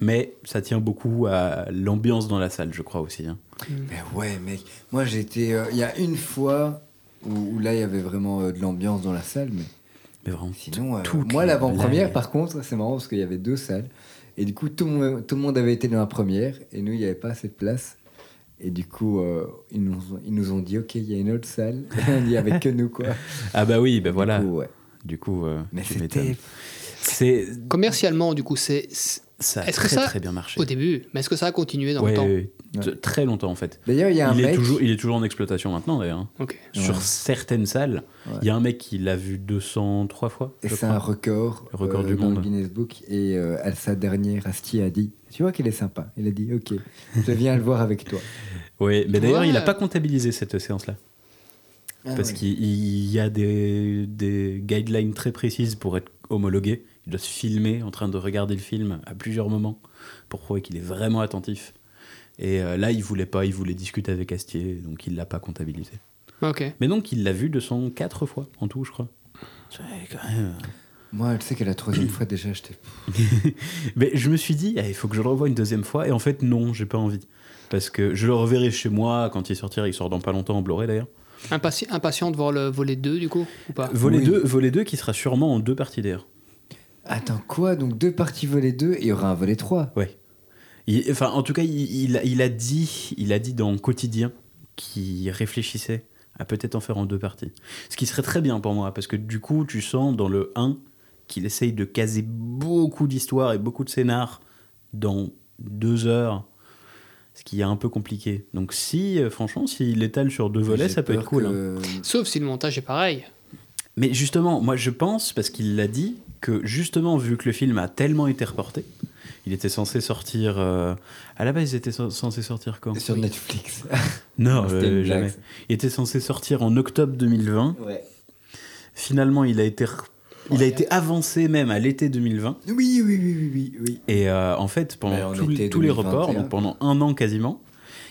S10: Mais ça tient beaucoup à l'ambiance dans la salle, je crois aussi. hein.
S8: Mais ouais, mec. Moi, j'étais. euh, Il y a une fois où, où là, il y avait vraiment euh, de l'ambiance dans la salle, mais
S10: Mais vraiment.
S8: sinon. euh,
S10: Toutes
S8: moi,
S10: les
S8: l'avant-première,
S10: blagues.
S8: par contre, c'est marrant parce qu'il y avait deux salles. Et du coup, tout, le monde- tout le monde avait été dans la première et nous, il n'y avait pas assez de place. Et du coup, euh, ils, nous, ont- ils nous ont dit, OK, il y a une autre salle. on n'y avait que nous, quoi.
S10: Ah bah oui, ben
S8: Du
S10: voilà.
S8: coup, ouais.
S10: Du coup, euh,
S8: Mais
S10: tu
S8: c'était
S10: m'étonnes. C'est
S9: Commercialement, du coup, c'est c'est-
S10: ça a
S9: Est-ce que
S10: très
S9: ça-
S10: très bien marché.
S9: au début, mais est-ce que ça a continué dans
S10: Ouais,
S9: le temps
S10: ouais, ouais.
S8: Ouais.
S10: Très longtemps en fait.
S8: D'ailleurs, il y a un
S10: Il est,
S8: mec.
S10: toujours, il est toujours en exploitation maintenant d'ailleurs. hein.
S9: Ok.
S10: Sur
S8: Ouais.
S10: certaines salles, il
S8: Ouais.
S10: y a un mec qui l'a vu 203 fois.
S8: Et
S10: je
S8: c'est un
S10: crois.
S8: record, euh,
S10: Le record du
S8: dans le
S10: monde.
S8: Guinness Book. Et euh, à sa dernière, Asti a dit Tu vois qu'il est sympa. Il a dit Ok, je viens le voir avec toi.
S10: Ouais, mais d'ailleurs,
S9: Ouais.
S10: il n'a pas comptabilisé cette séance-là.
S8: Ah
S10: parce qu'il il y a des, des guidelines très précises pour être homologué. Il doit se filmer en train de regarder le film à plusieurs moments pour prouver qu'il est vraiment attentif. Et euh, là, il voulait pas, il voulait discuter avec Astier, donc il l'a pas comptabilisé.
S9: Ok.
S10: Mais donc, il l'a vu 204 fois en tout, je crois. C'est quand même-
S8: Moi, je sais qu'à la troisième fois, déjà, j'étais.
S10: Mais je me suis dit, Ah, il faut que je le revoie une deuxième fois. Et en fait, non, j'ai pas envie. Parce que je le reverrai chez moi quand il sortira. Il sort dans pas longtemps en Blu-ray d'ailleurs.
S9: Impati- impatient de voir le volet 2, du coup, ou pas
S10: Volet
S8: Oui.
S10: 2, volet 2 qui sera sûrement en deux parties d'ailleurs.
S8: Attends, quoi Donc deux parties volet 2 et il y aura un volet 3.
S10: Ouais. Il- enfin, en tout cas, il, il a- il a dit, il a dit dans Quotidien qu'il réfléchissait à peut-être en faire en deux parties. Ce qui serait très bien pour moi, parce que du coup, tu sens dans le 1 qu'il essaye de caser beaucoup d'histoires et beaucoup de scénars dans deux heures, ce qui est un peu compliqué. Donc si, euh, franchement, s'il étale sur deux volets,
S8: J'ai
S10: ça peut
S8: peur
S10: être cool. hein.
S8: que-
S9: Sauf si le montage est pareil.
S10: Mais justement, moi je pense, parce qu'il l'a dit, que justement, vu que le film a tellement été reporté, il était censé sortir. euh, à la base, il était so- censé sortir quand
S8: Sur
S9: Oui.
S8: Netflix.
S10: Non,
S8: C'était
S10: euh,
S8: une blague,
S10: jamais.
S8: ça.
S10: Il était censé sortir en octobre 2020.
S8: Ouais.
S10: Finalement, il a été, re- il a été avancé même à l'été 2020.
S8: Oui, oui, oui, oui, oui. oui.
S10: Et euh, en fait,
S8: Mais en
S10: pendant tous-
S8: été
S10: tous les
S8: 2021.
S10: reports, donc pendant un an quasiment,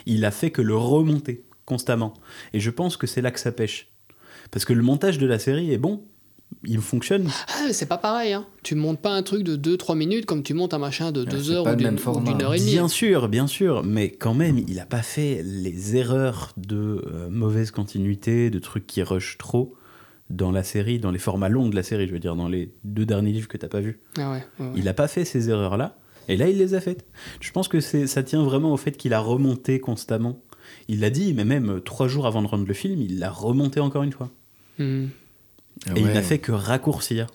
S10: il a fait que le remonter constamment. Et je pense que c'est là que ça pêche. Parce que le montage de la série est bon, il fonctionne.
S9: Ah, mais c'est pas pareil, hein. Tu montes pas un truc de 2-3 minutes comme tu montes un machin de 2
S8: c'est
S9: heures
S8: pas
S9: ou
S8: le
S9: d'une
S8: même
S9: ou
S8: format.
S9: d'une heure et demie.
S10: Bien sûr, bien sûr, mais quand même, il n'a pas fait les erreurs de euh, mauvaise continuité, de trucs qui rushent trop dans la série, dans les formats longs de la série, je veux dire, dans les deux derniers livres que t'as pas vus.
S9: Ah ouais, ouais, ouais.
S10: Il n'a pas fait ces erreurs-là, et là, il les a faites. Je pense que c'est- ça tient vraiment au fait qu'il a remonté constamment. Il l'a dit, mais même euh, trois jours avant de rendre le film, il l'a remonté encore une fois.
S9: Hmm.
S10: Et il n'a fait que raccourcir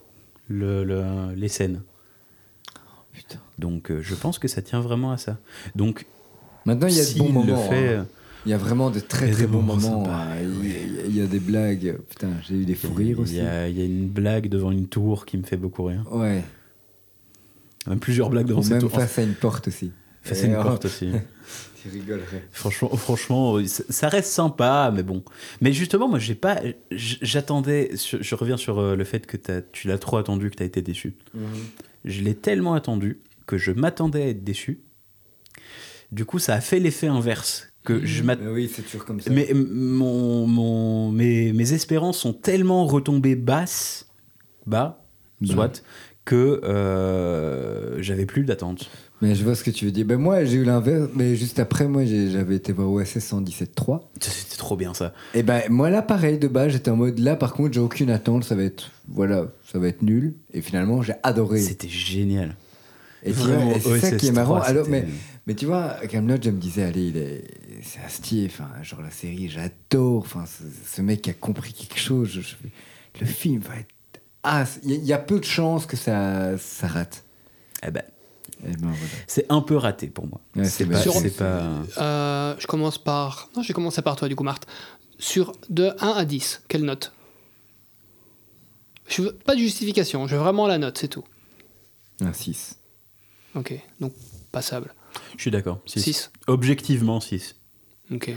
S10: le- le- les scènes.
S9: Oh,
S8: Putain.
S10: Donc euh, je pense que ça tient vraiment à ça. Donc
S8: Maintenant, il y a de
S10: s'il
S8: bons
S10: le
S8: moments.
S10: fait...
S8: hein. Il y a vraiment de
S10: Il
S8: très,
S10: y a
S8: très
S10: des
S8: bons
S10: moments
S8: moments.
S10: sympas,
S8: hein. Il y a- il y a- il y a des blagues. Putain, j'ai eu des fous rires
S10: Il
S8: aussi.
S10: y, a, il y a une blague devant une tour qui me fait beaucoup rire.
S8: Ouais.
S10: Il y a plusieurs blagues devant
S8: Ou
S10: cette
S8: même
S10: tour.
S8: face à une porte aussi.
S10: Face à une
S8: Et, oh,
S10: porte aussi.
S8: Tu rigolerais.
S10: franchement, franchement, euh, ça ça reste sympa, mais bon. Mais justement, moi, j'ai pas. j- J'attendais. sur- Je reviens sur euh, le fait que t'as- tu l'as trop attendu, que tu as été déçu.
S8: Mhm.
S10: Je l'ai tellement attendu que je m'attendais à être déçu. Du coup, ça a fait l'effet inverse. Que je m'att-
S8: Mais oui, c'est toujours comme ça.
S10: Mais m- mon, mon- mes, mes espérances sont tellement retombées basses, bas,
S8: Ben
S10: soit, que euh, j'avais plus d'attente.
S8: Mais je vois ce que tu veux dire. Ben moi, j'ai eu l'inverse, mais juste après, moi, j'ai- j'avais été voir OSS 117.3.
S10: Ça, C'était trop bien ça.
S8: Et ben moi, là, pareil, de base, j'étais en mode là, par contre, j'ai aucune attente, ça va être, voilà, ça va être nul. Et finalement, j'ai adoré.
S10: C'était génial.
S8: Et tu vois,
S10: Vraiment,
S8: et c'est ça
S10: OSS
S8: qui est marrant.
S10: 3,
S8: Alors,
S10: c'était-
S8: mais, mais tu vois, Camelot, je me disais, allez, il est, c'est un style, enfin, genre la série, j'adore. Enfin, ce, ce mec a compris quelque chose. Je- je- le film va être. Ah, c'est- il y, a- il y a peu de chances que ça, ça rate.
S10: Eh ben,
S8: Et ben, voilà.
S10: c'est un peu raté pour moi.
S8: Ouais,
S10: c'est
S8: c'est
S10: pas,
S9: sûr.
S10: c'est pas-
S9: Euh, je commence par. Non, je vais commencer par toi, du coup, Marthe. Sur de 1 à 10, quelle note je veux... Pas de justification, je veux vraiment la note, c'est tout.
S8: Un 6.
S9: Ok, donc passable.
S10: Je suis d'accord. six.
S9: Six.
S10: Objectivement 6.
S9: Ok.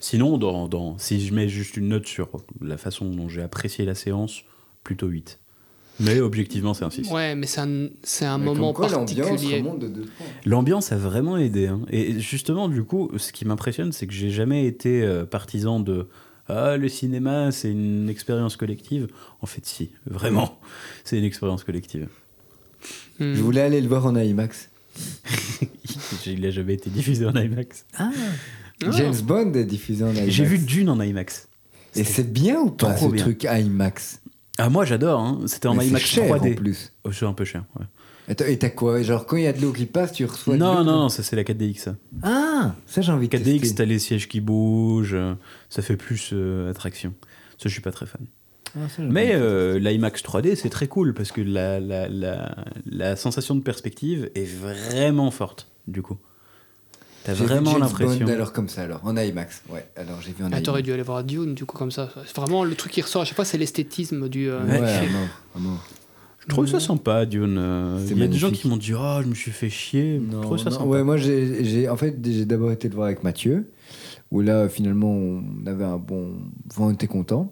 S10: Sinon, dans, dans- si je mets juste une note sur la façon dont j'ai apprécié la séance, plutôt 8. Mais objectivement, c'est un 6.
S9: Ouais, mais c'est un, c'est un moment particulier. Mm.
S8: de deux points.
S10: L'ambiance a vraiment aidé. hein. Et justement, du coup, ce qui m'impressionne, c'est que j'ai jamais été euh, partisan de ah, le cinéma, c'est une expérience collective. En fait, si, vraiment, c'est une expérience collective.
S9: Hmm.
S8: Je voulais aller le voir en IMAX.
S10: Il n'a jamais été diffusé en IMAX.
S9: Ah.
S8: James Bond est diffusé en IMAX.
S10: J'ai vu Dune en IMAX.
S8: Et c'est bien ou pas
S10: Trop
S8: ce
S10: bien.
S8: truc IMAX
S10: Ah, moi, j'adore. hein. C'était en
S8: Mais c'est
S10: IMAX
S8: cher,
S10: 3D.
S8: en plus.
S10: Oh, c'est un peu cher. ouais.
S8: Et t'as- Et t'as quoi Genre, quand il y a de l'eau qui passe, tu reçois. de
S10: Non,
S8: l'eau,
S10: non,
S8: toi
S10: non, ça c'est la 4DX. ça.
S8: Ah Ça, j'ai envie de
S10: 4DX,
S8: tester.
S10: t'as les sièges qui bougent, euh, ça fait plus euh, attraction. Ça, je suis pas très fan.
S8: Ah, ça, j'ai envie
S10: Mais
S8: de-
S10: euh, l'IMAX 3D, c'est très cool parce que la, la, la, la sensation de perspective est vraiment forte, du coup. T'as
S8: J'ai vu
S10: vraiment
S8: James
S10: l'impression.
S8: Bond, alors comme ça, alors. En IMAX. Ouais, alors j'ai vu en
S9: Ah,
S8: IMAX.
S9: T'aurais dû aller voir Dune, du coup, comme ça. C'est vraiment le truc qui ressort à chaque fois, c'est l'esthétisme du. euh,
S8: Ouais,
S9: du film.
S8: à mort, à mort.
S10: Je trouve ça sympa, Dune. euh,
S8: C'est
S10: Il y a des
S8: magnifique.
S10: gens qui m'ont dit Ah, je me suis fait chier. je trouve ça sympa.
S8: Ouais, moi, j'ai, j'ai- en fait, j'ai d'abord été le voir avec Mathieu, où là, finalement, on avait un bon. Enfin, on était content.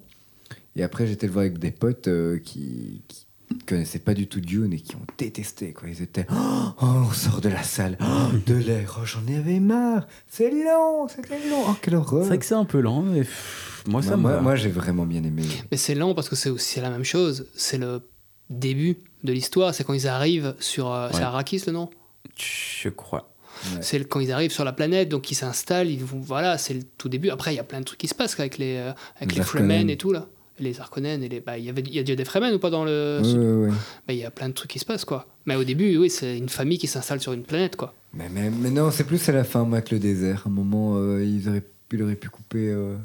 S8: Et après, j'étais le voir avec des potes euh, qui, qui connaissaient pas du tout Dune et qui ont détesté. Quoi. Ils étaient. Oh, on sort de la salle, Oh, de l'air, Oh, j'en avais marre, c'est long, c'était long, oh, quelle horreur.
S10: C'est vrai que c'est un peu lent, mais pff, moi, ça
S8: moi,
S10: me
S8: moi,
S10: va.
S8: moi, j'ai vraiment bien aimé.
S9: Mais c'est lent parce que c'est aussi la même chose. C'est le début de l'histoire. C'est quand ils arrivent sur. euh,
S10: Ouais.
S9: C'est Arrakis le nom
S10: Je crois.
S8: Ouais.
S9: C'est le- quand ils arrivent sur la planète, donc ils s'installent. Ils vont, voilà, c'est le tout début. Après, il y a plein de trucs qui se passent avec les, euh, avec
S8: Les
S9: les Fremen
S8: Harkonnen.
S9: et tout là. Les Harkonnen et les. Bah, il y avait- il y a déjà des Fremen ou pas dans le.
S8: Ouais, ouais, ouais.
S9: Bah, il y a plein de trucs qui se passent quoi. Mais au début, oui, c'est une famille qui s'installe sur une planète quoi.
S8: Mais, mais, mais non, c'est plus à la fin, moi, que le désert. À un moment, euh, ils auraient, il aurait pu couper euh,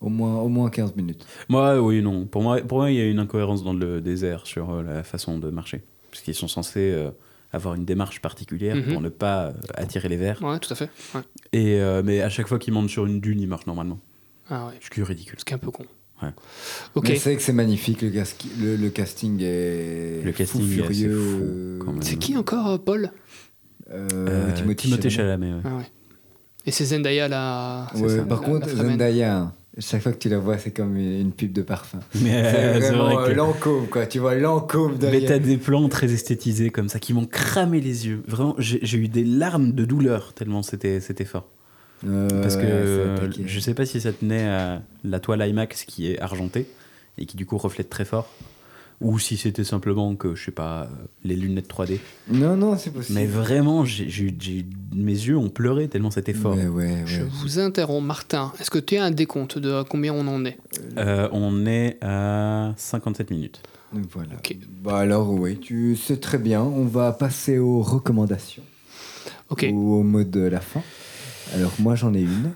S8: au, moins, au moins 15 minutes.
S10: Moi, oui, non. Pour moi, pour moi, il y a une incohérence dans le désert sur euh, la façon de marcher. Parce qu'ils sont censés euh, avoir une démarche particulière
S9: Mhm.
S10: pour ne pas euh, attirer les vers.
S9: Ouais, tout à fait. Ouais.
S10: Et, euh, mais à chaque fois qu'ils montent sur une dune, ils marchent normalement.
S9: Ah ouais.
S10: Ce qui est ridicule.
S9: Ce qui est un peu con.
S10: Ouais.
S9: Ok.
S8: Mais c'est vrai que c'est magnifique, le, gasqui- le, le casting est.
S10: Le casting
S8: fou,
S10: est assez
S8: furieux.
S10: fou,
S8: euh,
S10: quand même.
S9: C'est qui encore euh, Paul
S8: euh,
S10: Euh,
S8: Timothée, Chalamet.
S10: Chalamet. ouais.
S9: Ah ouais. Et c'est Zendaya la. c'est
S8: Ouais,
S9: ça,
S8: par
S9: la-
S8: contre,
S9: la Fremen.
S8: Zendaya, chaque fois que tu la vois, c'est comme une une pub de parfum.
S10: Mais euh,
S8: c'est
S10: c'est vrai
S8: vraiment euh,
S10: que-
S8: Lancôme, quoi. Tu vois Lancôme
S10: Mais t'as
S8: derrière.
S10: des plans très esthétisés comme ça qui m'ont cramé les yeux. Vraiment, j'ai j'ai eu des larmes de douleur tellement c'était c'était fort. Parce que euh, je sais pas si ça tenait à la toile IMAX qui est argentée et qui du coup reflète très fort. Ou si c'était simplement que, je sais pas, euh, les lunettes 3D.
S8: Non, non, c'est possible.
S10: Mais vraiment, j'ai j'ai eu- j'ai eu- mes yeux ont pleuré tellement c'était fort.
S8: Ouais, ouais,
S9: Je
S8: ouais.
S9: vous interromps, Martin. Est-ce que tu as un décompte de à combien on en est
S10: Euh, on est à 57 minutes.
S8: Donc Voilà.
S9: Ok.
S8: Bah alors oui, tu sais très bien. On va passer aux recommandations
S9: Ok.
S8: ou au mot de la fin. Alors moi j'en ai une.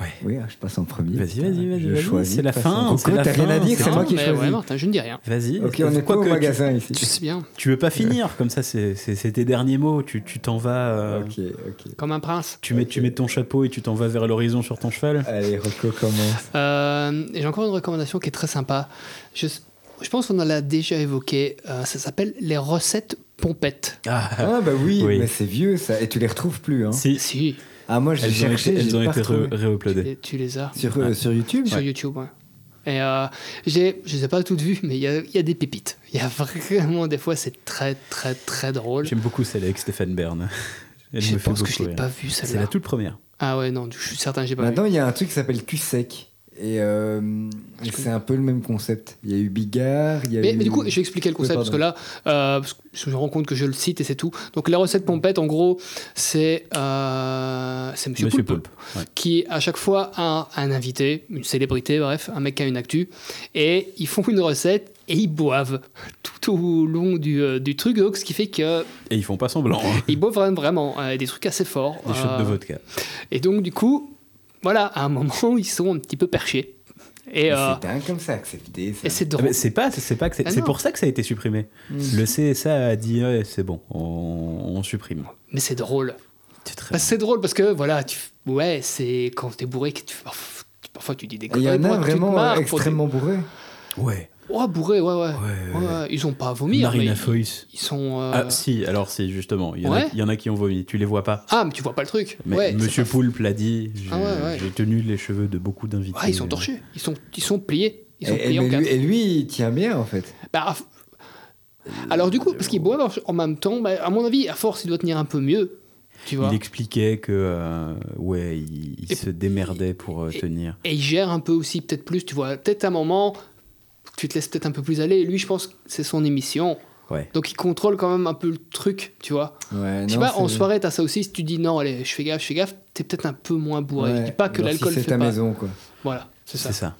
S10: Ouais.
S8: Oui, ah, je passe en premier.
S10: Vas-y, vas-y, vas-y,
S8: Je
S10: vas-y,
S8: choisis
S10: c'est la
S8: de toute façon.
S10: fin,
S8: Coco,
S10: c'est la
S8: t'as rien
S10: fin,
S8: à dire,
S10: c'est
S8: c'est
S10: un-
S8: moi qui
S9: mais ouais,
S8: choisis.
S9: Martin, je ne dis rien.
S10: Vas-y.
S8: ok, on est
S10: quoi
S8: quoi au
S10: que tu,
S8: magasin
S9: Tu
S8: ici
S9: sais bien,
S10: tu veux pas finir comme ça, c'est c'est- c'est tes derniers mots. Tu tu t'en vas. euh,
S8: Ok, ok.
S9: comme un prince.
S10: Tu mets, tu mets ton chapeau et tu t'en vas vers l'horizon sur ton cheval.
S8: Allez, Rocco commence.
S9: Euh, et J'ai encore une recommandation qui est très sympa. Je, je pense qu'on en a déjà évoqué. Euh, ça s'appelle les recettes pompettes.
S10: Ah,
S8: Ah bah oui,
S10: Oui.
S8: mais c'est vieux ça, et tu les retrouves plus. Hein.
S10: si.
S9: Si,
S8: Ah moi j'ai
S10: Elles ont
S8: cherché,
S10: été, elles
S8: j'ai
S10: ont
S8: pas
S10: été
S8: retrouvé.
S10: re- Ah. réuploadées.
S9: tu, tu les as
S8: Sur, euh, sur YouTube
S9: sur YouTube. ouais. Et euh, j'ai- je ne les ai pas toutes vues, mais il y a, il y a des pépites. Il y a vraiment des fois, c'est très, très, très drôle.
S10: J'aime beaucoup celle avec Stéphane Bern. Elle
S9: Je
S10: me fait
S9: pense que
S10: beaucoup
S9: je l'ai
S10: rire.
S9: pas vu
S10: C'est la
S9: celle-là.
S10: toute première.
S9: Ah ouais, non, je suis certain que j'ai pas vu.
S8: Maintenant, il y a un truc qui s'appelle Q-Sec. Et euh, et c'est un peu le même concept. Il y a eu Bigard, il y a
S9: Mais,
S8: eu.
S9: mais du coup, je vais expliquer le
S8: Oui,
S9: concept parce que
S8: pardon.
S9: là, euh, parce que je me rends compte que je le cite et c'est tout. Donc la recette pompette, en gros, c'est euh, c'est Monsieur,
S10: Monsieur
S9: Poulpe,
S10: Poulpe. ouais.
S9: qui à chaque fois a un, un invité, une célébrité, bref, un mec qui a une actu, et ils font une recette et ils boivent tout au long du, euh, du truc, donc ce qui fait que
S10: Et ils font pas semblant. hein.
S9: ils boivent vraiment, vraiment, euh, des trucs assez forts.
S10: Des shots
S9: Euh,
S10: de vodka.
S9: Et donc du coup, voilà, à un moment, ils sont un petit peu perchés. Et,
S8: Mais
S9: euh,
S8: C'est dingue comme ça, accepté. ça.
S9: et c'est
S10: Ah,
S9: drôle.
S10: mais C'est pas, c'est pas que c'est
S9: Ah
S10: c'est
S9: non. Hmm.
S10: pour ça que ça a été supprimé. Le CSA a dit ouais, c'est bon, on, on supprime.
S9: mais c'est drôle.
S10: C'est très
S9: Parce que c'est drôle parce que voilà, tu, ouais, c'est quand t'es bourré que tu, parf- tu- parfois tu dis des
S8: Et Il y en
S9: pour
S8: a
S9: que tu te
S8: vraiment
S9: marres,
S8: euh,
S9: pour des-
S8: extrêmement bourrés.
S10: Ouais.
S9: Oh bourré, ouais, ouais.
S10: Ouais,
S9: Ouais, ouais, Ils ont pas vomi. hein, mais
S10: Marina
S9: ils-
S10: Foïs.
S9: Ils sont. euh,
S10: Ah si, alors si justement, il y, en a,
S9: Ouais.
S10: il y en a qui ont vomi. Tu les vois pas.
S9: ah, mais tu vois pas le truc.
S10: Mais
S9: ouais,
S10: Monsieur
S9: c'est pas-
S10: Poulpe l'a dit. J'ai
S9: Ah ouais, ouais.
S10: j'ai tenu les cheveux de beaucoup d'invités.
S9: Ouais, ils sont torchés. Ils sont, ils sont pliés. Ils sont
S8: Et,
S9: pliés
S8: mais
S9: en
S8: lui,
S9: quatre.
S8: et lui, il tient bien en fait.
S9: Bah, à f- alors du coup, parce qu'ils boivent en- en même temps, bah, à mon avis, à force, il doit tenir un peu mieux. Tu vois.
S10: Il expliquait que euh, ouais, il, il
S9: Et-
S10: se démerdait pour euh,
S9: et-
S10: tenir.
S9: Et il gère un peu aussi, peut-être plus. Tu vois, peut-être un moment, tu te laisses peut-être un peu plus aller. Et lui, je pense, que c'est son émission.
S10: Ouais.
S9: Donc il contrôle quand même un peu le truc, tu vois.
S8: Ouais,
S9: Je sais
S8: non,
S9: pas, en
S8: c'est-
S9: soirée, t'as ça aussi, si tu dis non, allez, je fais gaffe, je fais gaffe, t'es peut-être un peu moins bourré.
S8: Ouais,
S9: Je dis pas que
S8: genre
S9: l'alcool
S8: si
S9: fait
S8: c'est ta
S9: pas.
S8: maison quoi.
S9: Voilà. C'est ça.
S10: C'est ça.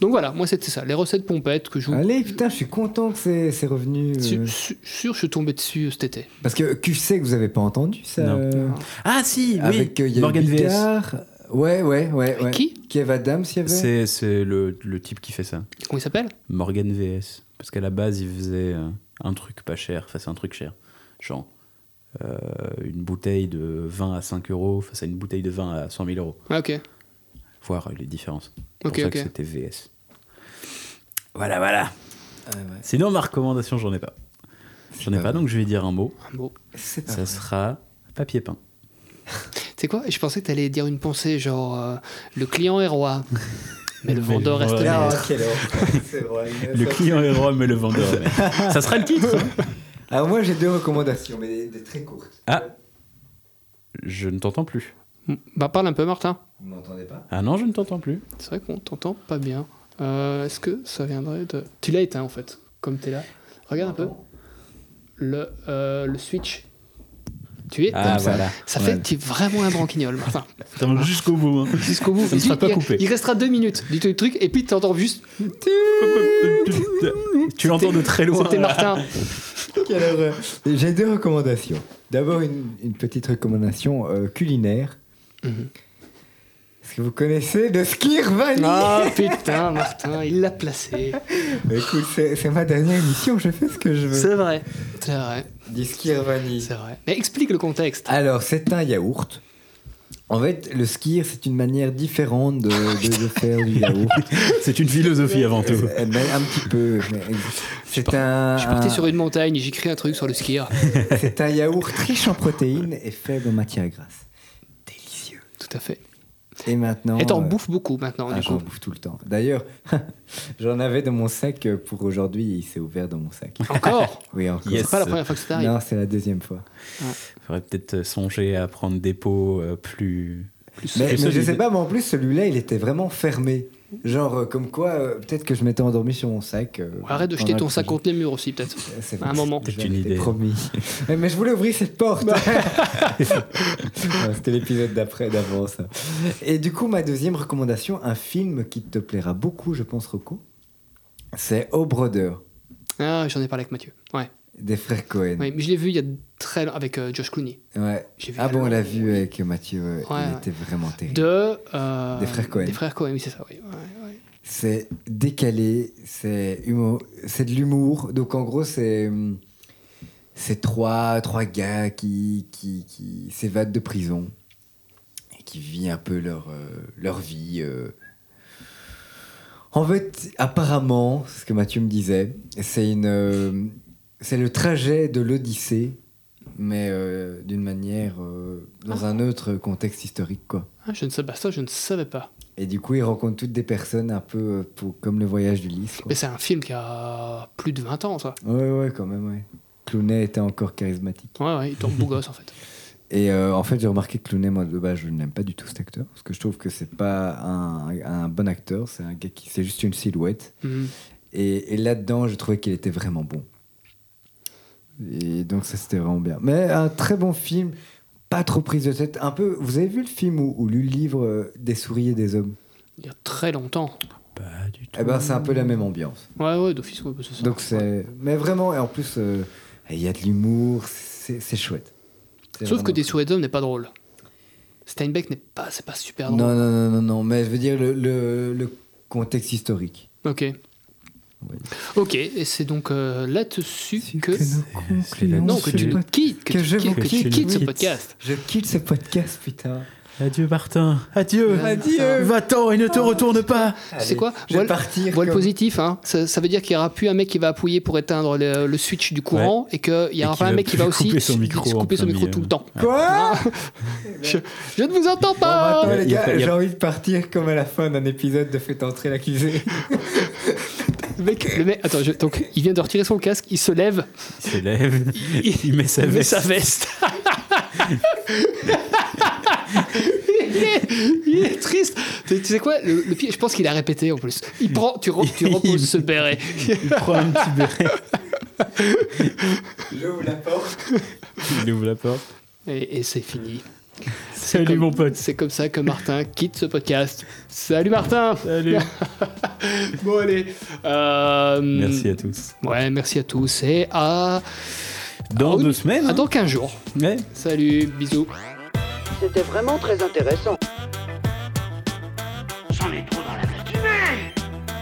S9: Donc voilà, moi c'était ça. Les recettes pompettes que je vous.
S8: Allez, putain, je suis content que c'est c'est revenu. euh,
S9: Mm. Su- su- Sûr, je suis tombé dessus euh, cet été.
S8: Parce que que je sais que vous avez pas entendu ça.
S10: Non.
S8: euh,
S10: Ah si,
S8: Avec euh, il y
S10: oui,
S8: a eu
S10: Morgan VS.
S8: Bigard. Ouais, ouais, ouais. ouais.
S9: qui
S8: Kev Adams, il y avait.
S10: C'est c'est le, le type qui fait ça.
S9: Comment il s'appelle
S10: Morgan VS. Parce qu'à la base, il faisait euh, un truc pas cher face à un truc cher. Genre euh, une bouteille de vin à 5 euros face à une bouteille de vin à 100 000 euros.
S9: Ah, ok.
S10: Voir euh, les différences. C'est
S9: Ok,
S10: pour ça
S9: ok.
S10: que c'était VS. Voilà, voilà.
S8: Ah ouais.
S10: Sinon, ma recommandation, j'en ai pas. J'en ai
S8: pas
S10: pas, donc je vais dire un mot.
S9: Un mot.
S8: C'est pas
S10: Ça sera papier peint.
S9: C'est quoi Je pensais que t'allais dire une pensée genre euh, le client est roi, mais le
S10: Mais
S9: vendeur
S10: le
S9: reste
S10: vendeur-
S9: maître.
S8: Ah, quelle horreur. C'est vrai.
S10: Le client est roi, mais le vendeur est maître. Ça sera le titre. hein. ça.
S8: Alors moi j'ai deux recommandations, mais des, des très courtes.
S10: Ah Je ne t'entends plus.
S9: Bah parle un peu Martin.
S8: Vous m'entendez pas
S10: Ah non, je ne t'entends plus.
S9: C'est vrai qu'on t'entend pas bien. Euh, Est-ce que ça viendrait de... Tu l'as éteint en fait, comme t'es là. Regarde un peu le, euh, le switch. Tu es
S10: Ah,
S9: comme ça.
S10: voilà.
S9: Ça
S10: Ouais.
S9: fait que tu es vraiment un branquignol, Martin.
S10: Jusqu'au bout. hein.
S9: Jusqu'au bout.
S10: Ça ne sera
S9: Il-
S10: pas
S9: il-
S10: coupé.
S9: Il restera deux minutes du tout- truc et puis t'entends juste.
S10: tu l'entends de très loin.
S9: C'était
S10: là.
S9: Martin.
S8: Quelle horreur. J'ai deux recommandations. D'abord une, une petite recommandation euh, culinaire.
S9: Mhm.
S8: Est-ce que vous connaissez de Skirvani
S9: Ah putain, Martin, il l'a placé.
S8: Écoute, c'est c'est ma dernière émission, je fais ce que je veux.
S9: C'est vrai. C'est vrai.
S8: Du Skirvani.
S9: C'est vrai. Mais explique le contexte.
S8: Alors, c'est un yaourt. En fait, le skir, c'est une manière différente de, de- de faire du yaourt.
S10: C'est une philosophie avant tout.
S8: Eh ben, un petit peu. mais C'est un,
S9: Je suis parti
S8: un-
S9: sur une montagne et j'écris un truc sur le skier.
S8: c'est un yaourt riche en protéines et faible en matière grasse. Délicieux.
S9: Tout à fait.
S8: Et maintenant.
S9: Et t'en
S8: euh,
S9: bouffes beaucoup maintenant,
S8: ah,
S9: du
S8: J'en
S9: coup.
S8: bouffe tout le temps. D'ailleurs, j'en avais dans mon sac euh, pour aujourd'hui et il s'est ouvert dans mon sac.
S9: Encore
S8: Oui, encore.
S10: Yes.
S9: C'est pas la première fois que ça t'arrive.
S8: Non, c'est la deuxième fois.
S10: Faudrait peut-être euh, songer à prendre des pots euh, plus. plus
S8: Mais,
S10: plus
S8: mais je
S10: solides.
S8: sais pas, mais en plus, celui-là, il était vraiment fermé. Genre, euh, comme quoi, euh, peut-être que je m'étais endormi sur mon sac. euh,
S9: Arrête de
S8: pendant
S9: jeter
S8: le
S9: ton sac
S8: trajet.
S9: contre les murs aussi, peut-être.
S8: C'est
S9: à un moment.
S8: je
S10: C'est une
S8: m'étais
S10: idée.
S8: promis. mais, mais je voulais ouvrir cette porte. Non, C'était l'épisode d'après, d'avant, ça. Et du coup, ma deuxième recommandation, un film qui te plaira beaucoup, je pense, Rocco, c'est Oh Brother,
S9: Ah, j'en ai parlé avec Mathieu. Ouais.
S8: des frères Cohen.
S9: Ouais, mais je l'ai vu il y a très longtemps avec euh, Josh Clooney.
S8: Ouais.
S9: J'ai vu
S8: Ah
S9: il y a
S8: bon, on l'a
S9: longtemps.
S8: vu avec Mathieu, ouais,
S9: Ouais,
S8: il
S9: ouais.
S8: était vraiment terrible.
S9: De. euh,
S8: Des frères Cohen.
S9: Des frères Cohen, oui, c'est ça, oui. Ouais, ouais.
S8: C'est décalé, c'est humo- c'est de l'humour. Donc en gros, c'est hum, c'est trois, trois gars qui, qui, qui s'évadent de prison et qui vivent un peu leur, euh, leur vie. euh. En fait, apparemment, c'est ce que Mathieu me disait, c'est une euh, c'est le trajet de l'Odyssée, mais euh, d'une manière euh, dans un autre contexte historique, quoi.
S9: Ah, je ne savais pas ça, je ne savais pas.
S8: Et du coup, ils rencontrent toutes des personnes un peu euh, pour- comme le voyage d'Ulysse. quoi.
S9: Mais c'est un film qui a plus de 20 ans, ça.
S8: Ouais, ouais, quand même, ouais. Clooney était encore charismatique.
S9: Ouais, ouais, il tombe beau gosse, en fait.
S8: Et euh, en fait, j'ai remarqué que Clooney, moi, de base, je n'aime pas du tout cet acteur. Parce que je trouve que c'est pas un, un bon acteur, c'est un gars qui. C'est juste une silhouette.
S9: Mhm.
S8: Et, et là-dedans, je trouvais qu'il était vraiment bon. Et donc, ça, c'était vraiment bien. Mais un très bon film, pas trop prise de tête. Un peu. Vous avez vu le film ou, ou lu le livre euh, Des souris et des hommes
S9: Il y a très longtemps.
S10: Pas du tout.
S8: Eh ben, c'est un peu la même ambiance.
S9: Ouais, ouais, d'office, ouais, bah, c'est ça.
S8: Donc c'est. Mais vraiment, et en plus, euh, il y a de l'humour, c'est c'est chouette. C'est
S9: Sauf que
S8: vraiment-
S9: Des souris d'hommes n'est pas drôle. Steinbeck n'est pas, c'est pas super drôle.
S8: Non, non, non, non, non, mais je veux dire le, le, le contexte historique.
S9: Ok. Ok, et c'est donc euh, là-dessus que.
S10: c'est la-
S9: Non, que
S10: ce
S9: tu
S10: pod-
S9: quittes, que,
S8: que
S9: tu
S8: je
S9: quittes,
S8: vous
S9: que tu
S8: quitte.
S9: quittes ce
S10: Quitte.
S9: podcast.
S8: Je quitte ce podcast, putain.
S10: Adieu Martin. Adieu.
S8: euh,
S9: Adieu.
S10: Va-t'en et ne te retourne pas.
S9: Tu sais quoi
S8: Je vais
S9: Voile-
S8: partir.
S9: Voile
S8: comme-
S9: positif, hein. ça, ça veut dire qu'il n'y aura plus un mec qui va appuyer pour éteindre le, le switch du courant et qu'il n'y
S10: Et
S9: aura
S10: qui
S9: pas un
S10: va
S9: mec qui va
S10: plus
S9: aussi
S10: couper son
S9: se-
S10: micro
S9: se couper
S10: en
S9: son
S10: plein
S9: micro
S10: milieu.
S9: tout le temps.
S8: Quoi
S9: je, je ne vous entends
S8: Bon,
S9: pas
S8: bah, attends,
S10: Il
S8: les
S10: y a
S8: gars,
S10: pas- il y a-
S8: j'ai envie de partir comme à la fin d'un épisode de Faites entrer l'accusé.
S9: le mec, le mec- attends, je- donc, il vient de retirer son casque, il se lève,
S10: Il s'élève. Il met sa
S9: il met
S10: veste.
S9: sa veste. il, est, il est triste. Tu, tu sais quoi le, le pire, je pense qu'il a répété en plus. Il prend, tu, re- tu reposes ce béret.
S10: Il prend un petit béret.
S8: J'ouvre la porte.
S10: Il ouvre la porte.
S9: Et, et c'est fini. C'est
S10: Salut
S9: comme-
S10: mon pote.
S9: C'est comme ça que Martin quitte ce podcast. Salut Martin
S10: Salut.
S9: Bon allez. euh,
S10: Merci à tous.
S9: Ouais, merci à tous et à,
S10: Dans
S9: Ah oui.
S10: deux semaines.
S9: à
S10: hein.
S9: dans 15 jours.
S10: Ouais.
S9: Salut, bisous.
S3: C'était vraiment très intéressant.
S1: J'en ai trop dans la tête.